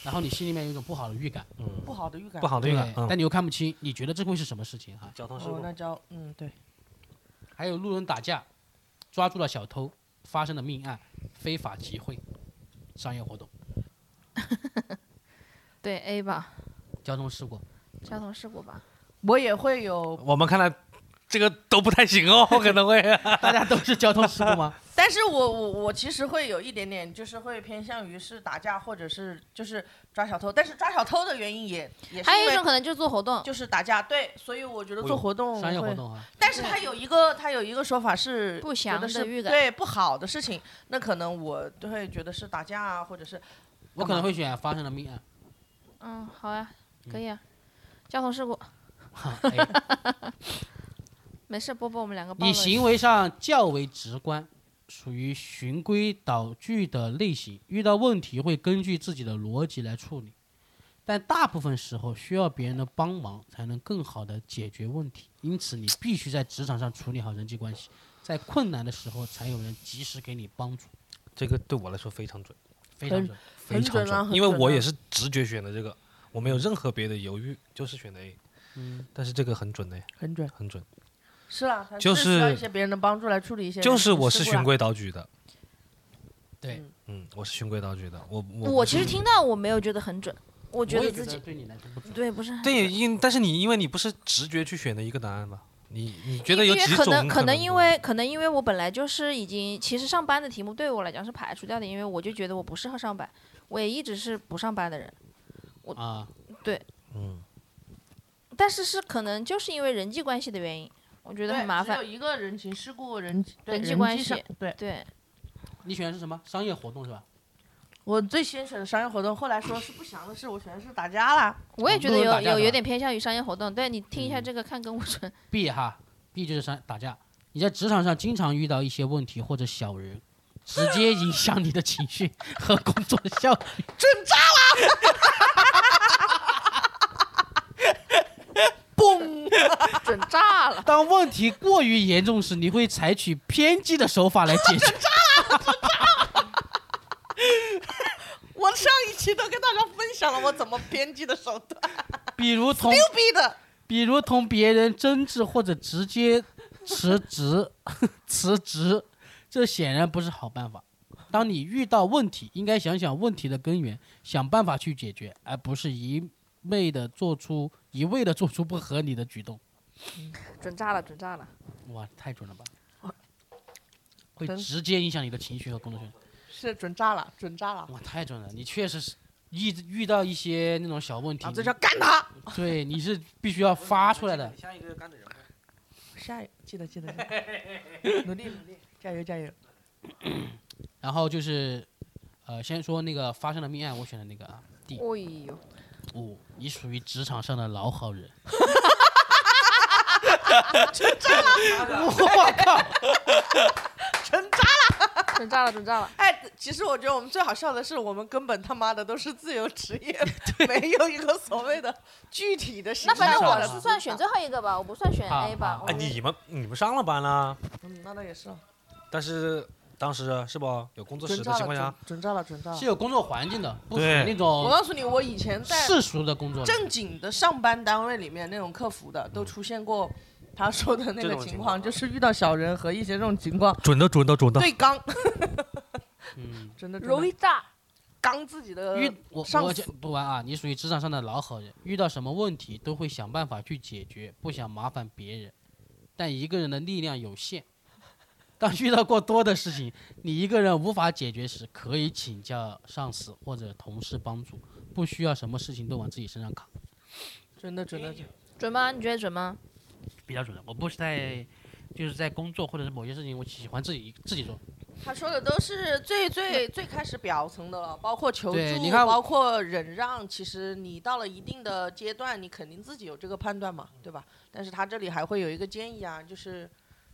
然后你心里面有一种不好的预感，
嗯
呃不好的预感
不。嗯好的
对
预
不
感
对，？
嗯，
但你又看不清，你觉得这会是什么事情哈？
交通事
哦
故，
那叫嗯对，
还有路人打架，抓住了小偷，发生了命案，非法集会，商业活动，
对 A 吧，
交通事故。
交通事故吧。
我也会有，
我们看来这个都不太行哦，可能会。
大家都是交通事故 吗？
但是我我我其实会有一点点，就是会偏向于是打架或者是就是抓小偷，但是抓小偷的原因也也是
还有
因
一种
为
可能就是做活动，
就是打架，对，所以我觉得
我
做
有
活动
商业活
会
动啊，
但是他有一个，他有一个说法是
不祥
觉得是
的预感
对不好的事情，那可能我就会觉得是打架啊，或者是
我可能会选发生了 命案。
嗯，好呀，可以啊。交通事故
哈哎
没事，波波我们两个报
你
了一下
行为上较为直观，属于循规蹈矩的类型，遇到问题会根据自己的逻辑来处理，但大部分时候需要别人的帮忙才能更好的解决问题，因此你必须在职场上处理好人际关系，在困难的时候才有人及时给你帮助，
这个对我来说非常准，
非常准。
非常
很准啊很
因为
准
我
啊
也是直觉选的这个，我没有任何别的犹豫，就是选的 A。
嗯，
但是这个很准的，
很准，
很准，
是啊，他
就是
需要一些别人的帮助来处理一些，
就是我是循
选，
规蹈矩的。
对，
嗯，我是循规蹈矩的，我我
我其实听到我没有觉得很准，我觉
我
得
也
自己
对你来说不准。
对不是很
对，
准
因但是你因为你不是直觉去选的一个答案吧？你你觉得有
因为
几
可
种
能可能
能
因为可能因为我本来就是已经其实上班的题目对我来讲是排除掉的，因为我就觉得我不适合上班，我也一直是不上班的人。
啊，
嗯，
但是是可能就是因为人际关系的原因，我觉
觉
得很麻
只
烦。
有一个人情世故，嗯人对
人
人
际关
上
系，
对
对，
你选的是什么？商业活动是吧？
我最先选的商业活动，后来说是不祥的事，我选的是打架啦。
我也
哦
觉
路
得
人打
有
架
有
是
有
吧
点偏向于商业活动。对你听一
嗯
下这个，看跟我准。
B 哈，B 就是商打架。你在职场上经常遇到一些问题或者小人，直接影响你的情绪和工作的效率。
准炸了，
当问题过于严重时，你会采取偏激的手法来解决。
我上一期都跟大家分享了我怎么编辑的手段，
比如同
牛逼的。
比如同别人争执或者直接辞职， 辞职，这显然不是好办法。当你遇到问题，应该想想问题的根源，想办法去解决，而不是一昧的做出一味的做出不合理的举动。
准炸了，准炸了。
哇，太准了吧！会
真
直接影响你的情绪和工作效率。
是准炸了，准炸了！
哇，太准了，你确实是遇遇到一些那种小问题
啊，，这叫干他！
对，你是必须要发出来的。
下一个干的人呗。
下一记得记得， 努力努力，加油加油！
然后就是，呃，先说那个发生的命案，我选的那个啊，第
哎呦，
五，你属于职场上的老好人。
准炸了，准炸了！
哎，其实我觉得我们最好笑的是，我们根本他妈的都是自由职 业，没有一个所谓的具体的形
那
象
反正
化
我
的
是算选最后一个吧，我不算选
啊
A 吧
啊。
我
哎，你们你们上了班啦，
嗯，那倒也是，
但是当时是不有工作室
准
的
照
情况
了
下，，
准照了，准照了
是。有工作环境的，不属于那
对
嗯
种
我告诉你，我以前在
世俗的工作的。
正经的上班单位里面那种客服的，都出现过他说的那
这
个
种情
情
况
况，就是遇到小人和一些这种情况
准的准的准的。
对刚，
嗯，
真 的真的
容易炸，
刚自己的
遇我
呃上
我
司
讲不玩啊，你属于职场上的老好人，遇到什么问题都会想办法去解决，不想麻烦别人。但一个人的力量有限，当遇到过多的事情，你一个人无法解决时，可以请教上司或者同事帮助，不需要什么事情都往自己身上扛。
真的真的
准吗？你觉得准吗？
比较准的，我不是在就是在工作或者是某些事情，我喜欢自己自己做。
他说的都是最最最开始表层的了，包括求助
对你，看
包括忍让。其实你到了一定的阶段，你肯定自己有这个判断嘛，对吧？但是他这里还会有一个建议啊，就是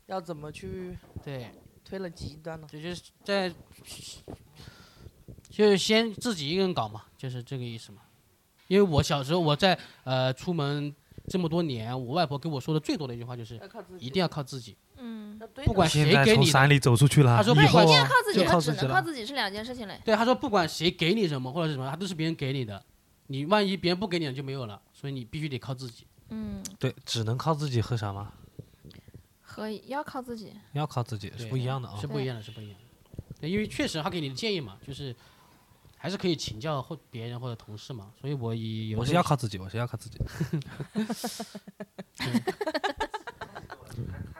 要怎么去
对，
推了极端呢？
这就是在就是先自己一个人搞嘛，就是这个意思嘛。因为我小时候我在呃出门这么多年，我外婆给我说的最多的一句话就是
要靠自己，
一定要靠自己，
嗯，
要对
不
的
管
现
谁
在
给
从
你的
山里走出去了，
他说
以
不
后
管
一定
哇
要
啊
靠自
就
己
靠
和
自
只
己
能
了
靠自己是两件事情嘞。
对，他说不管谁给你什么或者是什么，他都是别人给你的，你万一别人不给你了就没有了，所以你必须得靠自己。
嗯，
对，只能靠自己喝啥吗？
可以要靠自己。
要靠自己是
对
不一样的啊
是。不一样的，是不一样的。对，因为确实他给你的建议嘛，就是还是可以请教或别人或者同事嘛，所以我以有
我
时
是
候
要靠自己，我是要靠自己。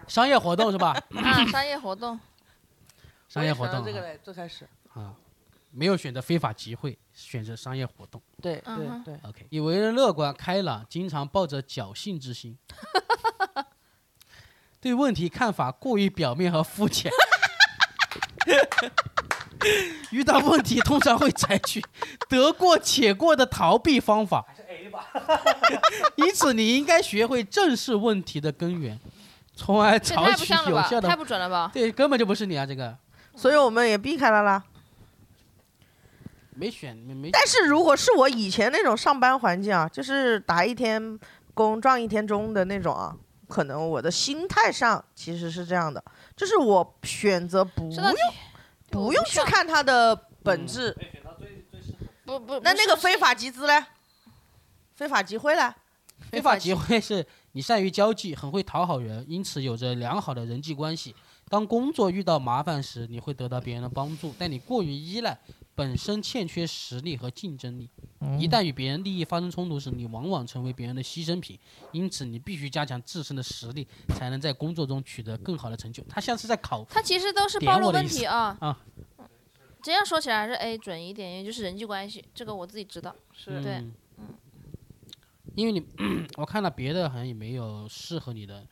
商业活动是吧？
啊，商业活动，
商业活
我也
动
想到这个
啊
嘞，最开始
啊，没有选择非法集会，选择商业活动。
对
嗯哼
对对，
OK，以为人乐观开朗，经常抱着侥幸之心， 对问题看法过于表面和肤浅。 遇到问题通常会采取得过且过的逃避方法， 因此你应该学会正视问题的根源，从而
这
采
太不
取
像了
有效
吧？太
的。
不准了吧？
对，根本就不是你啊！这个
所以我们也避开了啦。
没选，没没。
但是如果是我以前那种上班环境啊，就是打一天工赚一天钟的那种啊，可能我的心态上其实是这样的，就是我选择不
这道
用
题对我
不用去
上
看它的本质。
嗯
不不，不
那那
是
个非法集资嘞，非法集会嘞，
非法集会是你善于交际，很会讨好人，因此有着良好的人际关系。当工作遇到麻烦时，你会得到别人的帮助，但你过于依赖，本身欠缺实力和竞争力。一旦与别人利益发生冲突时，你往往成为别人的牺牲品，因此你必须加强自身的实力，才能在工作中取得更好的成就。他像是在考，
它其实都是
点
暴露
我的
问
意思
题啊。
啊
这样说起来还是 A 准一点，也就是人际关系，这个我自己知道。
是
对
嗯，因为你 我看了别的好像也没有适合你的，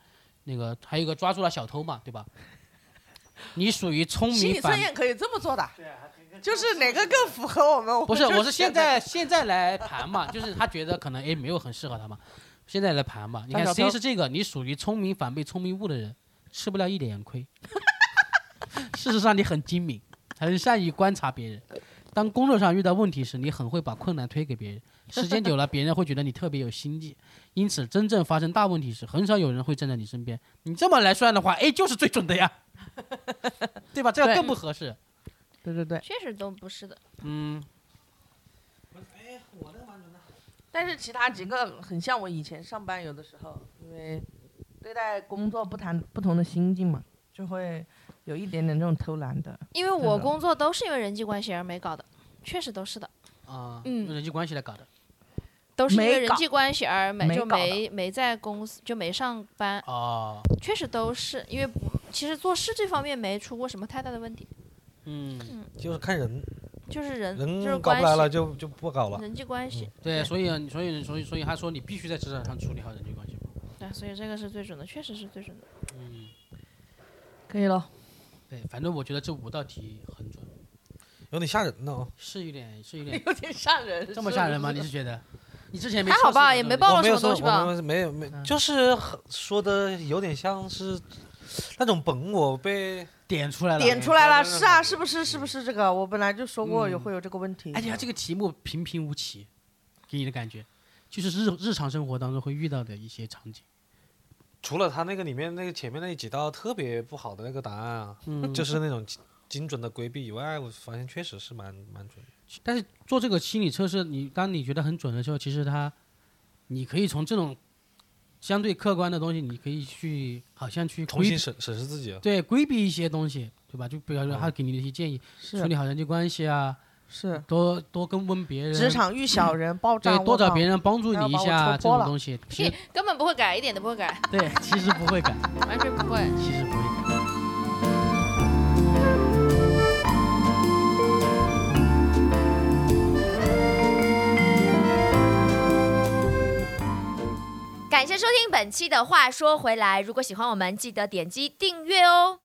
那个还有一个抓住了小偷嘛，对吧？你属于聪
心
明
理测
反啊
验可以这么做的，就是哪个更符合我们？我
不
们
是，
就
我是现
选哪
在
个
现在来盘嘛， 就是他觉得可能 A 没有很适合他嘛，现在来盘嘛。你看
张小
C
飘
是这个，你属于聪明反被聪明误的人，吃不了一脸亏。 事实上，你很精明，很善于观察别人。当工作上遇到问题时，你很会把困难推给别人。时间久了，别人会觉得你特别有心计。因此，真正发生大问题时，很少有人会站在你身边。你这么来算的话，A 就是最准的呀，对吧？这个
对
更不合适。
对对对。
确实都不是的。
嗯，
但是其他几个很像我以前上班有的时候，因为对待工作不谈不同的心境嘛，就会有一点点这种偷懒的。
因为
真
我
的
工作都是因为人际关系而没搞的，确实都是的，
啊、
嗯
用人际关系来搞的。
都是因
没
为人
搞
际关系而没
没
就
搞的
没没在公司就没上班，
哦，
确实都是因为不其实做事这方面没出过什么太大的问题。
嗯，
就是看人，
就是人就是
人搞
关
不
系，嗯
来了就就不搞了。
人际
嗯
关系。
对，所以啊所以所以所以他说你必须在职场上处理好人际关系。
对，哎所以这个是最准的，确实是最准的。
嗯，
可以了。
对，反正我觉得这五道题很准，
有点吓人呢、哦，
是有点是 有点
有点吓人，
这么吓人吗？你是觉得？你之前没
还好
测试过
吧，
这
也
个
没
东西
暴
我
露
没
什
有
么
说
东西吧
我。们没有没
嗯，
就是很说的有点像是那种本我被
点出来了，
点出来了，是啊，是不是？是不是这个？我本来就说过有
嗯
会有这个问题。
而且它这个题目平平无奇，给你的感觉就是日日常生活当中会遇到的一些场景。
除了他那个里面那个前面那几道特别不好的那个答案啊，
嗯
就是那种精精准的规避以外，我发现确实是蛮蛮准的。
但是做这个心理测试，你当你觉得很准的时候，其实它，你可以从这种相对客观的东西，你可以去好像去
重
规
新
避
审审视自己啊，
对规避一些东西，对吧？就比方说他给你的一些建议，处
哦是
理好人际关系啊，
是，
多多跟问别人，
职场遇小人爆炸，
对
我
多找
靠
别人帮助
不要
你一
把我
下
戳
这
破
种
了
东西，其
嘿
实
根本不会改，一点都不会改，
对，其实不会改，
完全不会。
其实不会改。
感谢收听本期的《话说回来》，如果喜欢我们，记得点击订阅哦。